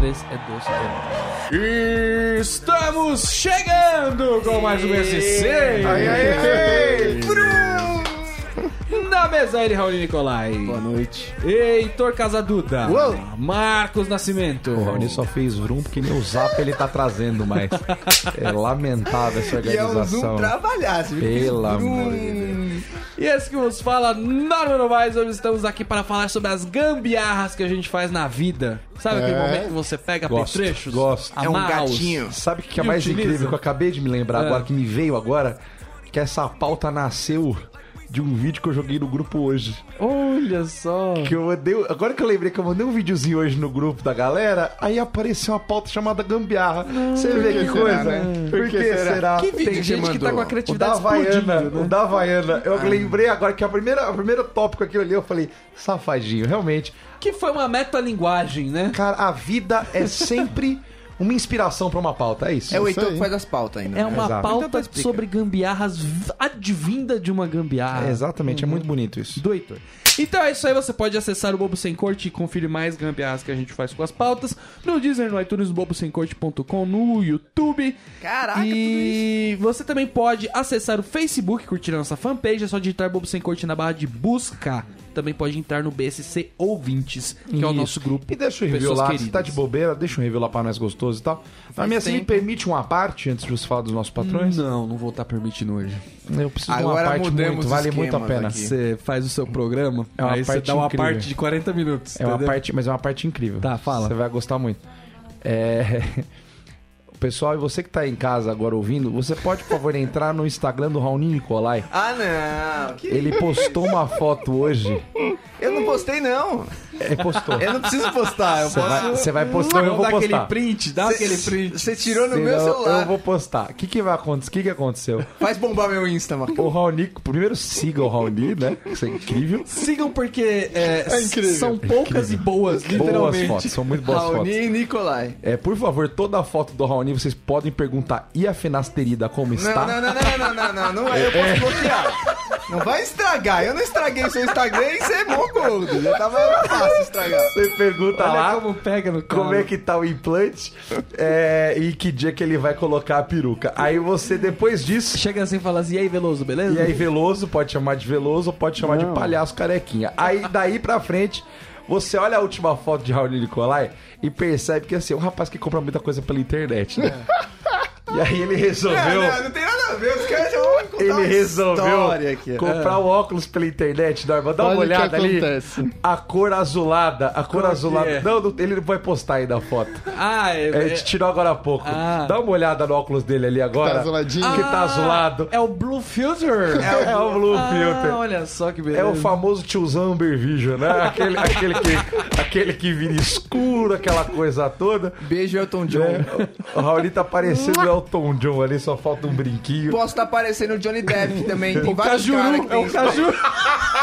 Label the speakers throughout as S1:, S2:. S1: dois é doce demais.
S2: Estamos chegando com mais um SC.
S3: Ai, ai, ai.
S2: Na mesa ele, Raul Nicolai.
S4: Boa noite.
S2: Heitor Casaduda.
S3: Uou.
S2: Marcos Nascimento.
S4: O Raoni só fez vroom porque nem o zap ele tá trazendo mais. É lamentável essa
S3: E é um Zoom
S4: organização.
S3: trabalhasse. viu?
S4: Pelo
S3: Brum.
S4: amor de Deus.
S2: E esse que nos fala, Norma Novaes, hoje estamos aqui para falar sobre as gambiarras que a gente faz na vida. Sabe aquele
S3: É.
S2: momento que você pega
S4: Gosto,
S2: petrechos?
S4: gosto.
S3: É um
S2: amarra-os?
S3: gatinho.
S4: Sabe o que é
S2: E
S4: mais
S2: utiliza.
S4: incrível que eu acabei de me lembrar
S2: É.
S4: agora, que me veio agora? Que essa pauta nasceu de um vídeo que eu joguei no grupo hoje.
S2: Olha só.
S4: Que eu mandei. Agora que eu lembrei que eu mandei um videozinho hoje no grupo da galera, aí apareceu uma pauta chamada gambiarra. Você vê que,
S3: que será,
S4: coisa?
S3: né?
S4: Por que será?
S3: Que vídeo
S2: Tem
S3: que
S2: gente que
S3: mandou?
S2: tá com a
S4: O da
S2: criatividade
S4: Havaiana,
S2: explodindo, né?
S4: o da Havaiana. Eu lembrei agora que a primeira, o primeiro tópico que eu li, eu falei, safadinho, realmente.
S2: Que foi uma metalinguagem, né?
S4: Cara, a vida é sempre uma inspiração pra uma pauta, é isso?
S3: É o
S4: Isso
S3: Heitor
S4: aí.
S3: que faz as pautas ainda.
S2: É uma
S4: Exato.
S2: pauta
S3: Então tá, explica.
S2: sobre gambiarras v- advinda de uma gambiarra.
S4: É, exatamente, é
S3: Uhum.
S4: muito bonito isso.
S2: do Heitor. Então é isso aí, você pode acessar o Bobo Sem Corte e conferir mais gambiarras que a gente faz com as pautas no Deezer, no iTunes, no bobosemcorte.com, no YouTube.
S3: Caraca,
S2: E você também pode acessar o Facebook, curtir a nossa fanpage, é só digitar Bobo Sem Corte na barra de busca. Também pode entrar no BSC Ouvintes, que é o
S4: Isso.
S2: nosso grupo.
S4: E deixa o review
S2: Pessoas
S4: lá, se
S2: queridas.
S4: tá de bobeira, deixa um review lá pra nós gostoso e tal. Mas minha, você me
S3: tempo. Hum.
S4: permite uma parte antes de você falar dos nossos patrões?
S2: Não, não vou estar permitindo hoje.
S4: Eu preciso de
S3: Agora
S4: uma parte
S3: mudamos
S4: muito,
S3: os
S4: vale muito a
S3: esquemas
S4: pena.
S3: aqui.
S2: Você faz o seu programa,
S4: É uma
S2: aí você
S4: parte
S2: dá uma
S4: incrível.
S2: parte de 40 minutos.
S4: É uma
S2: entendeu?
S4: parte, mas é uma parte incrível.
S2: Tá, fala.
S4: Você vai gostar muito. É... O Pessoal, e você que tá aí em casa agora ouvindo, você pode, por favor, entrar no Instagram do Raoni Nicolai.
S3: Ah, não. Que-
S4: Ele postou uma foto hoje.
S3: Eu não postei, não.
S4: Ele postou.
S3: Eu não preciso postar. Eu
S4: Você vai,
S3: posso...
S4: você vai postar, eu
S2: Vamos
S4: vou
S2: dar aquele
S4: postar.
S2: print, dá aquele print.
S3: Você tirou no meu
S4: Senão
S3: celular.
S4: Eu vou postar. O que, que vai acontecer? O que, que aconteceu?
S3: Faz bombar meu Insta, mano.
S4: O Raoni, primeiro siga o Raoni, né? Isso é incrível.
S2: Sigam porque é,
S3: É incrível.
S2: são poucas e boas,
S4: Boas
S2: literalmente.
S4: fotos, são muito boas
S3: Raoni
S4: fotos.
S3: e Nicolai.
S4: É, por favor, toda a foto do Raoni, vocês podem perguntar e a finasterida como
S3: Não,
S4: está?
S3: não, não, não, não, não, não, não, não é. Eu posso bloquear. Não vai estragar. Eu não estraguei seu Instagram e você é mó gordo. Já tava fácil estragar.
S4: Você pergunta
S2: Olha
S4: lá
S2: como pega no cara.
S4: como é que tá o implante é, e que dia que ele vai colocar a peruca. Aí você, depois disso.
S2: Chega assim e fala assim, e aí, Veloso, beleza?
S4: E aí, Veloso, pode chamar de Veloso, pode chamar de palhaço carequinha. Aí, daí pra frente, você olha a última foto de Raul Nicolai e percebe que, assim, é um rapaz que compra muita coisa pela internet, né? E aí ele resolveu...
S3: Não, não, não tem nada a ver. Os caras já vão contar É, né? uma
S4: Ele
S3: história
S4: resolveu
S3: aqui.
S4: comprar o óculos pela internet, Norma. Dá
S5: Olha
S4: uma
S5: o que
S4: olhada ali.
S5: acontece.
S4: A cor azulada, a cor
S2: Como que é?
S4: azulada. Não, não, ele não vai postar ainda a foto.
S2: Ah, é...
S4: É,
S2: é-
S4: a gente tirou agora há pouco.
S2: Ah.
S4: Dá uma olhada no óculos dele
S3: tá
S4: ali agora.
S5: azuladinho.
S4: Que tá azulado.
S2: é o Blue Filter?
S4: É, o Blue
S2: Ah,
S4: Filter.
S2: olha só que beleza.
S4: É o famoso tiozão Amber Vision, né? Aquele, aquele, que, aquele que vira escuro, aquela coisa toda.
S3: Beijo, Elton John.
S4: É, o Raulito tá parecendo o Elton John ali, só falta um brinquinho.
S3: Posso estar parecendo o Johnny Depp também. Tem
S2: O
S3: vários caras
S2: Cajuru,
S3: que
S2: é
S3: tem
S2: o Cajuru.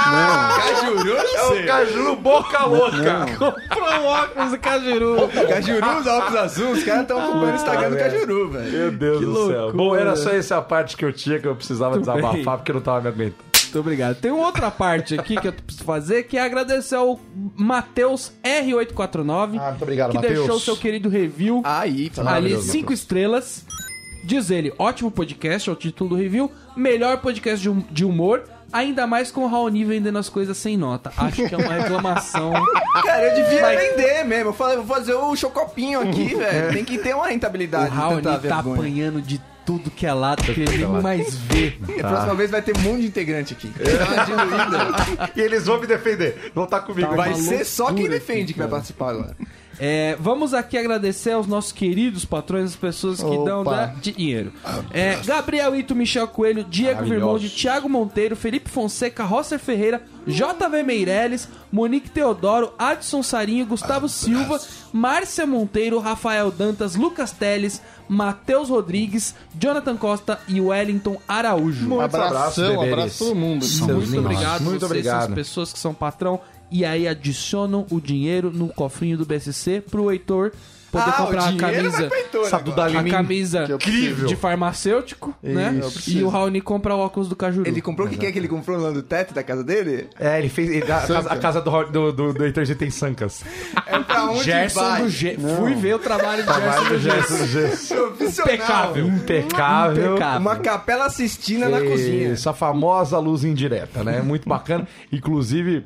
S3: Cajuru, eu
S4: É
S3: não
S4: o
S3: sei.
S4: Caju Boca Louca.
S2: Comprou o óculos do Cajuru.
S3: Cajuru, os óculos azuis, os caras estão ocupando o Instagram do
S4: velho.
S3: Cajuru, velho.
S4: Meu Deus
S2: Que
S4: do
S2: loucura.
S4: céu. Bom, era só essa parte que eu tinha que eu precisava desabafar
S2: bem.
S4: porque eu não tava me aguentando.
S2: Muito obrigado. Tem uma outra parte aqui que eu preciso fazer, que é agradecer ao Matheus R849,
S4: Ah, muito obrigado,
S2: que
S4: Matheus.
S2: deixou o seu querido review.
S3: Aí,
S2: Ali,
S4: Maravilhoso,
S2: cinco
S4: Matheus.
S2: estrelas. Diz ele, ótimo podcast, é o título do review. Melhor podcast de, hum- de humor. Ainda mais com o Raoni vendendo as coisas sem nota. Acho que é uma reclamação.
S3: Cara, eu devia
S2: Mas-
S3: vender mesmo. Eu falei, vou fazer o chocopinho aqui, velho. Tem que ter uma
S2: o
S3: rentabilidade.
S2: Raoni tá
S3: tanta vergonha.
S2: apanhando de tudo que é lado, que ele nem mais vê.
S3: E A próxima vez vai ter um monte de integrante aqui.
S2: É,
S3: Dá uma diluída.
S4: E eles vão me defender. Vão estar comigo.
S2: Tá
S3: Vai
S2: uma
S3: ser só quem
S2: loucura
S3: defende
S2: aqui,
S3: que vai participar agora.
S2: É, vamos aqui agradecer aos nossos queridos patrões, as pessoas que dão da- dinheiro. É, Gabriel Ito, Michel Coelho, Diego
S4: Maravilhoso.
S2: Virmonde, Thiago Monteiro, Felipe Fonseca, Rosser Ferreira, JV Meirelles, Monique Teodoro, Adson Sarinho, Gustavo Silva, Márcia Monteiro, Rafael Dantas, Lucas Teles, Matheus Rodrigues, Jonathan Costa e Wellington Araújo.
S4: Muitos abraços,
S5: Abração,
S4: beberes.
S5: abraço todo mundo.
S4: São
S2: Muito
S4: lindos.
S2: obrigado, vocês
S4: Muito
S2: são as
S4: obrigado.
S2: pessoas que são patrão e aí adicionam o dinheiro no cofrinho do BSC pro Heitor poder
S3: Ah, o
S2: comprar a
S3: dinheiro
S2: camisa.
S3: vai pra Heitor
S4: Essa
S3: agora.
S4: Duda
S2: A
S4: Limin-
S2: camisa
S1: que eu
S4: incrível.
S2: de farmacêutico, né?
S3: eu preciso.
S2: E o Raoni compra o óculos do Cajuru.
S3: Ele comprou o que, que é que ele comprou lá do teto da casa dele?
S4: É, ele fez. ele- a, a casa, a casa do, do, do, do Heitorzinho tem Sancas.
S3: É pra onde
S2: Gerson
S3: vai?
S2: do G. Fui ver o trabalho de Gerson
S4: Trabalho
S2: do
S4: do
S2: G.
S4: Gerson do Gerson.
S3: Profissional.
S2: Impecável.
S4: Impecável.
S2: Impecável.
S3: Uma capela assistina na
S4: Isso,
S3: cozinha.
S4: a famosa luz indireta, né? Muito bacana. Inclusive,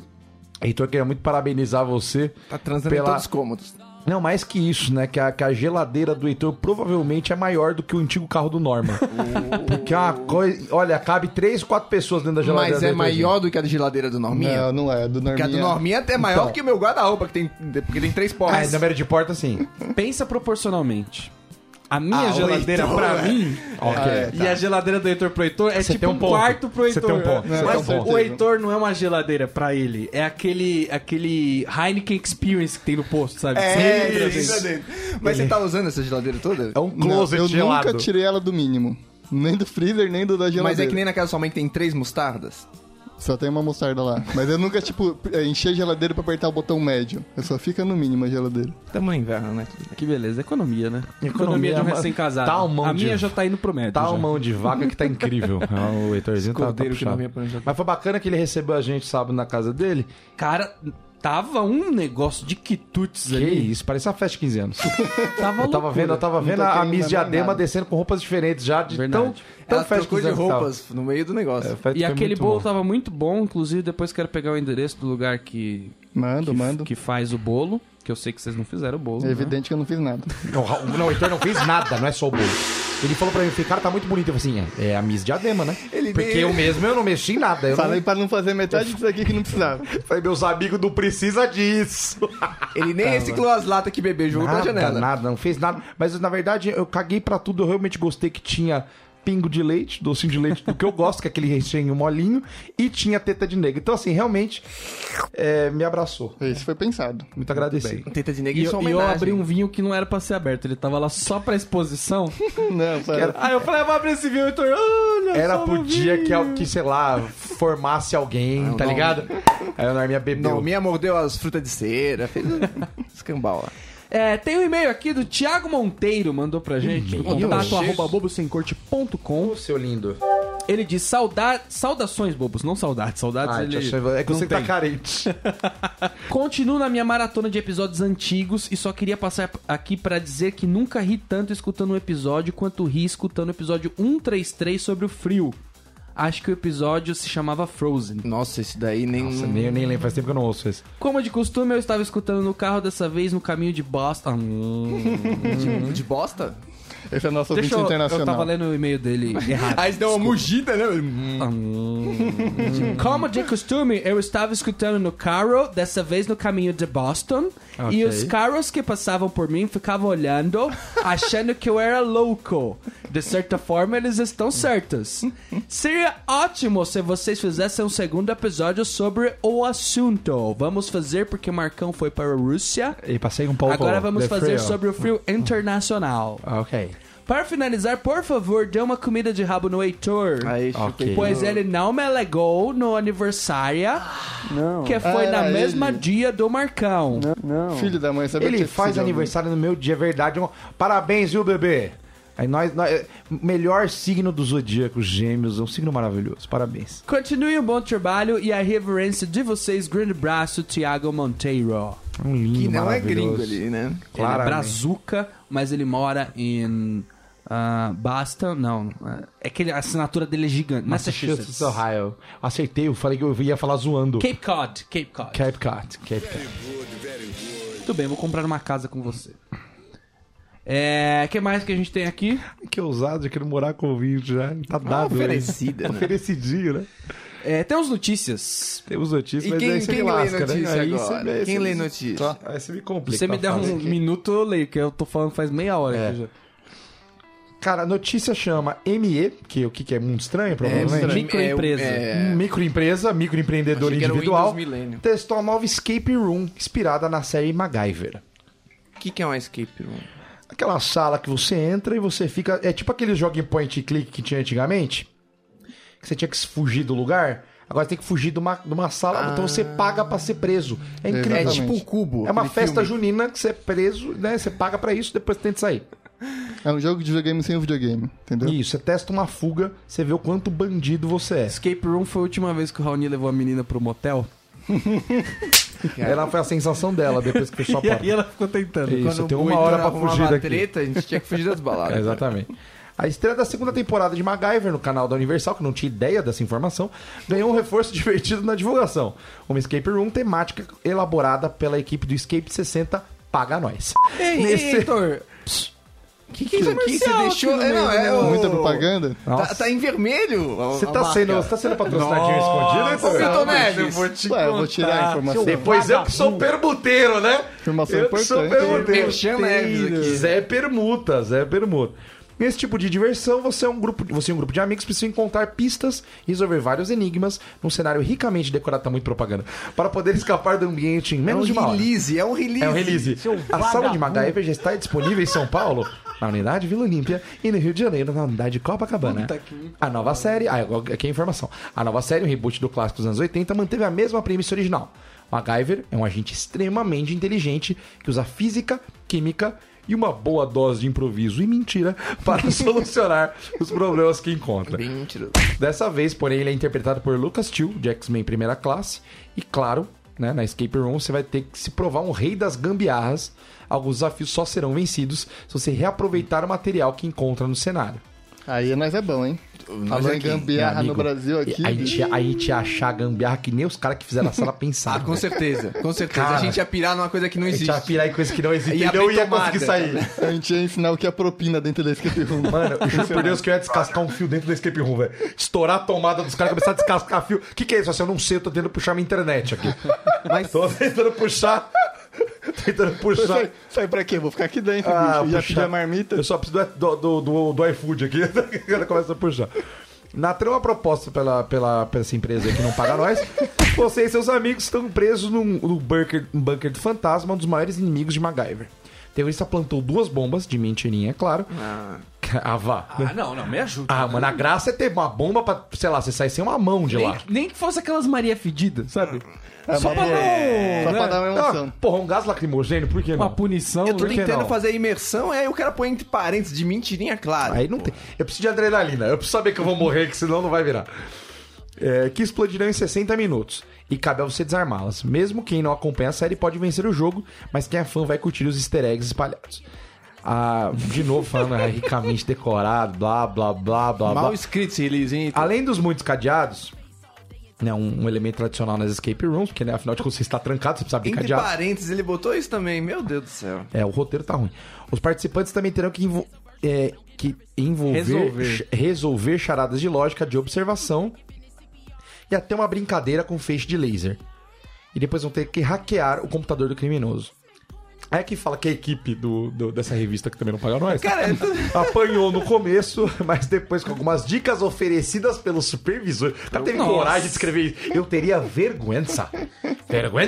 S4: Heitor, queria muito parabenizar você.
S1: Tá transando
S4: Pela-
S1: em todos os cômodos.
S4: Não, mais que isso, né? Que a, que a geladeira do Heitor provavelmente é maior do que o antigo carro do Norman. Porque é uma coisa. Olha, cabe três, quatro pessoas dentro da geladeira.
S3: Mas
S4: do
S3: é
S4: Heitorzinho.
S3: maior do que a da geladeira do Norminha?
S1: Não, não é. Do
S3: Porque a do
S1: Norminha.
S3: Norminha é até maior
S4: Então.
S3: que o meu guarda-roupa, que tem, porque tem três
S4: Ah, é,
S3: portas.
S4: número de porta, sim.
S2: Pensa proporcionalmente. A minha
S3: Uhum. Ah, o
S2: geladeira
S3: Heitor,
S2: pra
S3: é.
S2: mim
S4: ok.
S2: e a geladeira do Heitor pro Heitor é
S4: Você
S2: tipo
S4: tem
S2: um,
S4: um ponto.
S2: quarto pro
S4: Você
S2: Heitor. É.
S4: tem um ponto. Você
S2: Mas
S1: tem um ponto.
S2: o Heitor não é uma geladeira pra ele. É aquele, aquele Heineken Experience que tem no posto, sabe?
S3: É,
S2: Sempre,
S3: isso,
S2: gente.
S3: isso é dele. Mas você tá usando essa geladeira toda?
S4: É um
S1: Não,
S4: closet
S1: eu
S4: gelado.
S1: nunca tirei ela do mínimo. Nem do freezer, nem do da geladeira.
S3: Mas é que nem na casa da sua mãe que tem três mostardas?
S1: Só tem uma mostarda lá. Mas eu nunca, tipo, é, enchi a geladeira pra apertar o botão médio. Eu só fica no mínimo a geladeira.
S3: Tamo no inverno, né? Tudo bem.
S2: Que beleza, economia, né? Economia,
S4: Economia,
S2: de um
S4: mas
S2: recém-casado.
S4: tá um mão
S2: a
S4: de-
S2: minha já tá indo pro médio.
S4: Tá
S2: já.
S4: uma mão de vaca que tá incrível. Ah, o Heitorzinho tá, tá
S3: Cordeiro que
S4: puxado.
S3: não ia planejar.
S4: Mas foi bacana que ele recebeu a gente sábado na casa dele.
S2: Cara, tava um negócio de quitutes
S4: Que
S2: ali.
S4: isso, parecia uma festa de 15 anos.
S2: Tava
S4: Eu tava
S2: loucura.
S4: vendo, eu tava vendo
S1: tá
S4: a
S1: querendo
S4: Miss
S1: lembrar
S4: Diadema
S1: nada.
S4: descendo com roupas diferentes já de tão,
S2: Verdade.
S4: tão
S3: Ela
S4: festa
S3: trocou de
S4: 15 anos que tava.
S3: roupas no meio do negócio.
S4: É, foi-
S2: E
S4: foi
S2: aquele
S4: muito
S2: bolo
S4: bom.
S2: tava muito bom, inclusive depois quero pegar o endereço do lugar que,
S1: Mando,
S2: que,
S1: mando.
S2: que faz o bolo, que eu sei que vocês não fizeram o bolo.
S1: É
S2: né?
S1: evidente que eu não fiz nada.
S4: Não, o Raul- não, o Heitor não fez nada, não é só o bolo. Ele falou pra mim, eu falei, cara, tá muito bonito. Eu falei assim, é, é a Miss Diadema, né?
S3: Ele
S4: Porque
S3: nem-
S4: eu mesmo, eu não mexi em nada. Eu
S1: Falei
S4: não...
S1: pra não fazer metade disso aqui que não precisava.
S4: falei, meus amigos, não precisa disso.
S3: Ele nem reciclou as latas que bebê jogou
S4: Tá nada,
S3: pela janela.
S4: nada, não fez nada. Mas na verdade, eu caguei pra tudo. Eu realmente gostei que tinha pingo de leite, docinho de leite, do que eu gosto, que é aquele recheio molinho, e tinha teta de negro. Então, assim, realmente, é, me abraçou.
S1: Isso foi pensado.
S4: Muito agradecido.
S2: um.
S3: Tenta de é
S2: E
S3: neguinho
S2: eu, e eu abri um vinho que não era pra ser aberto, ele tava lá só pra exposição.
S1: Não, para.
S2: Aí eu falei, ah, vou abrir esse vinho, Heitor, olha
S4: Era
S2: só
S4: pro
S2: meu
S4: dia
S2: vinho.
S4: que, é al- que, sei lá, formasse alguém, tá
S3: não.
S4: ligado? Aí o Norminha bebeu.
S3: Não, minha mordeu as frutas de cera, fez um escambau lá.
S2: É, tem um e-mail aqui do Thiago Monteiro, mandou pra gente, no
S4: E-mail?
S2: contato arroba bobosemcorte.com.
S4: Ô, seu lindo.
S2: Ele diz sauda... saudações, bobos, não saudades, saudades
S4: Ah,
S2: ele...
S4: te achei- É que
S2: tá não
S4: você
S2: tem.
S4: tá carente.
S2: Continuo na minha maratona de episódios antigos e só queria passar aqui pra dizer que nunca ri tanto escutando um episódio quanto ri escutando o episódio 133 sobre o frio. Acho que o episódio se chamava Frozen.
S3: Nossa, esse daí nem...
S4: Nossa, nem, nem lembro, faz tempo que eu não ouço isso.
S2: Como de costume, eu estava escutando no carro, dessa vez no caminho de Boston. Hum.
S3: de, de bosta?
S1: Esse é nosso ouvinte
S2: Deixa eu, eu tava
S1: internacional.
S2: lendo o e-mail dele errado.
S3: Aí deu uma mugida, né? Hum.
S2: Como de costume, eu estava escutando no carro, dessa vez no caminho de Boston, e
S4: Ok.
S2: os carros que passavam por mim ficavam olhando, achando que eu era louco. De certa forma, eles estão certos. Seria ótimo se vocês fizessem um segundo episódio sobre o assunto. Vamos fazer porque Marcão foi para a Rússia.
S4: E passei um pouco.
S2: Agora vamos
S4: de
S2: fazer
S4: frio.
S2: sobre o frio internacional.
S4: Ah, Ok.
S2: Para finalizar, por favor, dê uma comida de rabo no Heitor.
S3: Aí
S4: Ok.
S3: chutei.
S2: Pois ele não me alegou no aniversário, que foi
S1: Era
S2: na mesma
S1: ele.
S2: dia do Marcão.
S1: Filho da mãe, sabe
S4: Ele faz aniversário no meu dia, é verdade. Um- Parabéns, viu, bebê? Aí nós, nós- é, melhor signo do zodíaco, gêmeos, é um signo maravilhoso. Parabéns.
S2: Continue o bom trabalho e a reverência de vocês. Grande abraço, Thiago Monteiro.
S4: É Um lindo,
S3: Que não é
S4: maravilhoso.
S3: gringo ali, né?
S2: Ele é
S4: Claramente.
S2: brazuca, mas ele mora em ah, Basta, não. É que ele- a assinatura dele é gigante. Massachusetts.
S4: Massachusetts, Ohio. Acertei, eu falei que eu ia falar zoando.
S2: Cape Cod, Cape Cod.
S4: Cape Cod, Cape Cod.
S2: Muito bem, vou comprar uma casa com você. É, que mais que a gente tem aqui?
S4: Que ousado, eu quero morar com o vídeo já. Tá
S3: Uma
S4: dado.
S3: oferecida,
S4: né?
S3: né?
S4: Oferecidinho, né?
S2: É, temos notícias.
S4: Temos notícias,
S3: E
S4: mas
S3: quem,
S4: aí você
S3: quem
S4: me
S3: lê
S4: lasca, né?
S3: notícia
S4: Aí você-
S3: agora?
S4: aí
S3: Quem
S4: você-
S3: lê notícia?
S4: Aí você me complica.
S2: Se você me
S4: tá
S2: der
S4: falando.
S2: um minuto, eu leio, que eu tô falando faz meia hora.
S4: É.
S2: que eu já-
S4: Cara, a notícia chama ME, que o que, que é muito estranho, provavelmente.
S2: estranho. Microempresa.
S3: É, é,
S4: Microempresa, microempreendedor
S3: Achei que era o
S4: individual,
S3: Windows Millennium.
S4: testou a nova escape room inspirada na série MacGyver.
S3: o que, que é um escape room?
S4: Aquela sala que você entra e você fica. É tipo aquele jogo em point and click que tinha antigamente. Que você tinha que fugir do lugar. Agora tem que fugir de uma, de uma sala, então você
S3: Ah.
S4: paga pra ser preso. É incrível.
S1: Exatamente.
S4: É tipo um cubo. É uma festa junina que você é preso, né? Você paga pra isso, depois você tenta sair.
S1: É um jogo de videogame sem o videogame, entendeu?
S4: Isso, você testa uma fuga, você vê o quanto bandido você é.
S2: Escape Room foi a última vez que o Raoni levou a menina pro motel.
S4: Ela foi a sensação dela depois que fechou a
S2: E aí
S4: porta.
S2: ela ficou tentando.
S4: Isso,
S3: Quando
S4: tem
S3: o
S4: uma
S3: Heitor
S4: hora pra
S3: arrumava
S4: fugir
S3: a
S4: daqui.
S3: treta, a gente tinha que fugir das
S4: É,
S3: baladas.
S4: exatamente. A estreia da segunda temporada de MacGyver no canal da Universal, que não tinha ideia dessa informação, ganhou um reforço divertido na divulgação. Uma escape room temática elaborada pela equipe do Escape 60 Paga Nós.
S2: Ei, ei, Heitor,
S3: que que isso aqui? Você
S2: comercial
S3: deixou...
S2: aqui no
S3: É, não,
S2: meio,
S3: é
S2: né?
S3: o-
S1: Muita propaganda.
S4: Nossa.
S3: Tá, tá em vermelho. a-
S4: Você
S3: a
S4: tá
S3: marca.
S4: sendo, você tá sendo patrocinadinho
S3: Ô,
S4: escondido, né,
S3: Milton
S4: Heitor?
S3: Neves,
S1: Ué, eu vou tirar a informação.
S4: Depois eu que sou permuteiro, né?
S1: Informação
S4: eu que sou
S1: importante.
S4: permuteiro.
S3: Merchan Neves aqui.
S4: Zé Permuta, Zé Permuta. Nesse tipo de diversão, você é um grupo, você e um grupo de amigos precisam encontrar pistas e resolver vários enigmas num cenário ricamente decorado, tá muito propaganda, para poder escapar do ambiente em
S3: É um
S4: menos de uma hora.
S3: release, é um release.
S4: É um release.
S5: Seu
S4: A sala
S5: vagabundo.
S4: de MacGyver já está disponível em São Paulo, na unidade Vila Olímpia e no Rio de Janeiro, na unidade Copacabana. A nova série. Ah, agora aqui é a informação. A nova série, um reboot do clássico dos anos 80, manteve a mesma premissa original. MacGyver é um agente extremamente inteligente que usa física, química e uma boa dose de improviso e mentira para solucionar os problemas que encontra.
S3: Bem mentiroso.
S4: Dessa vez, porém, ele é interpretado por Lucas Till, de X-Men Primeira Classe. E claro, né, na Escape Room você vai ter que se provar um rei das gambiarras. Alguns desafios só serão vencidos se você reaproveitar o material que encontra no cenário.
S1: Aí nós é bom, hein?
S3: Mas
S1: Falou em
S3: aqui,
S1: gambiarra
S4: Meu amigo,
S1: no Brasil aqui.
S4: A gente, a gente achar gambiarra que nem os caras que fizeram a sala
S3: Ah,
S4: pensaram.
S3: com certeza, com certeza.
S4: Cara.
S3: a gente ia pirar numa coisa que
S2: É
S3: não
S4: a gente
S3: existe.
S4: ia pirar em coisa que não existe
S3: Ia
S4: e não
S3: abrir
S4: ia
S3: tomada.
S4: conseguir sair.
S1: A gente ia ensinar o que é propina dentro da escape room.
S4: Mano, eu juro por Deus que eu ia descascar um fio dentro do escape room, velho. Estourar a tomada dos caras, começar a descascar fio. O que, que é isso? Assim, eu não sei, eu tô tentando puxar minha internet aqui. Mas... Tô tentando puxar. tentando puxar.
S1: Sai, sai pra quê? Vou ficar aqui dentro,
S4: Ah,
S1: bicho. Ia
S4: puxa.
S1: pedir a marmita.
S4: Eu só preciso do, do, do, do iFood aqui. O cara começa a puxar. Na trama proposta pela, pela, pela essa empresa aí que não paga nós, você e seus amigos estão presos num, num bunker, um bunker do fantasma, um dos maiores inimigos de MacGyver. O terrorista plantou duas bombas, de mentirinha, é claro. Ah, vá.
S2: Ah, não, não, me ajuda.
S4: Ah, mano, a graça é ter uma bomba pra, sei lá, você sair sem uma mão de lá.
S2: Nem, nem que fosse aquelas Maria Fedida, sabe? Só
S1: mas
S2: pra dar um,
S1: é- Só
S2: né?
S1: pra dar uma emoção.
S4: Ah, porra, um gás lacrimogêneo, por que não?
S2: uma punição.
S4: Eu tô
S2: né?
S4: que
S3: um- Tentando
S4: não?
S3: fazer a imersão, aí o cara põe entre parênteses de mentirinha, claro.
S4: Ah, Aí não tem. Eu preciso de adrenalina. Eu preciso saber que eu vou morrer, que senão não vai virar. É, que explodirão em 60 minutos. E cabe a você desarmá-las. Mesmo quem não acompanha a série pode vencer o jogo, mas quem é fã vai curtir os easter eggs espalhados. Ah, de novo falando é, ricamente decorado, blá blá blá blá blá.
S3: Mal escrito esse release, hein?
S4: Além dos muitos cadeados, né, um, um elemento tradicional nas escape rooms, porque né, afinal de contas você está trancado, você precisa abrir
S3: Entre
S4: cadeado.
S3: parênteses, ele botou isso também. Meu Deus do céu.
S4: É, o roteiro tá ruim. Os participantes também terão que, envol- é, que envolver,
S2: Resolver.
S4: ch- resolver charadas de lógica, de observação e até uma brincadeira com feixe de laser. E depois vão ter que hackear o computador do criminoso. Aí aqui fala que a equipe do, do- dessa revista que também não paga nós
S3: Cara, é tudo-
S4: apanhou no começo, mas depois com algumas dicas oferecidas pelo supervisor. O cara teve
S2: Nossa.
S4: coragem de escrever isso. Eu teria vergonha. Vergonha.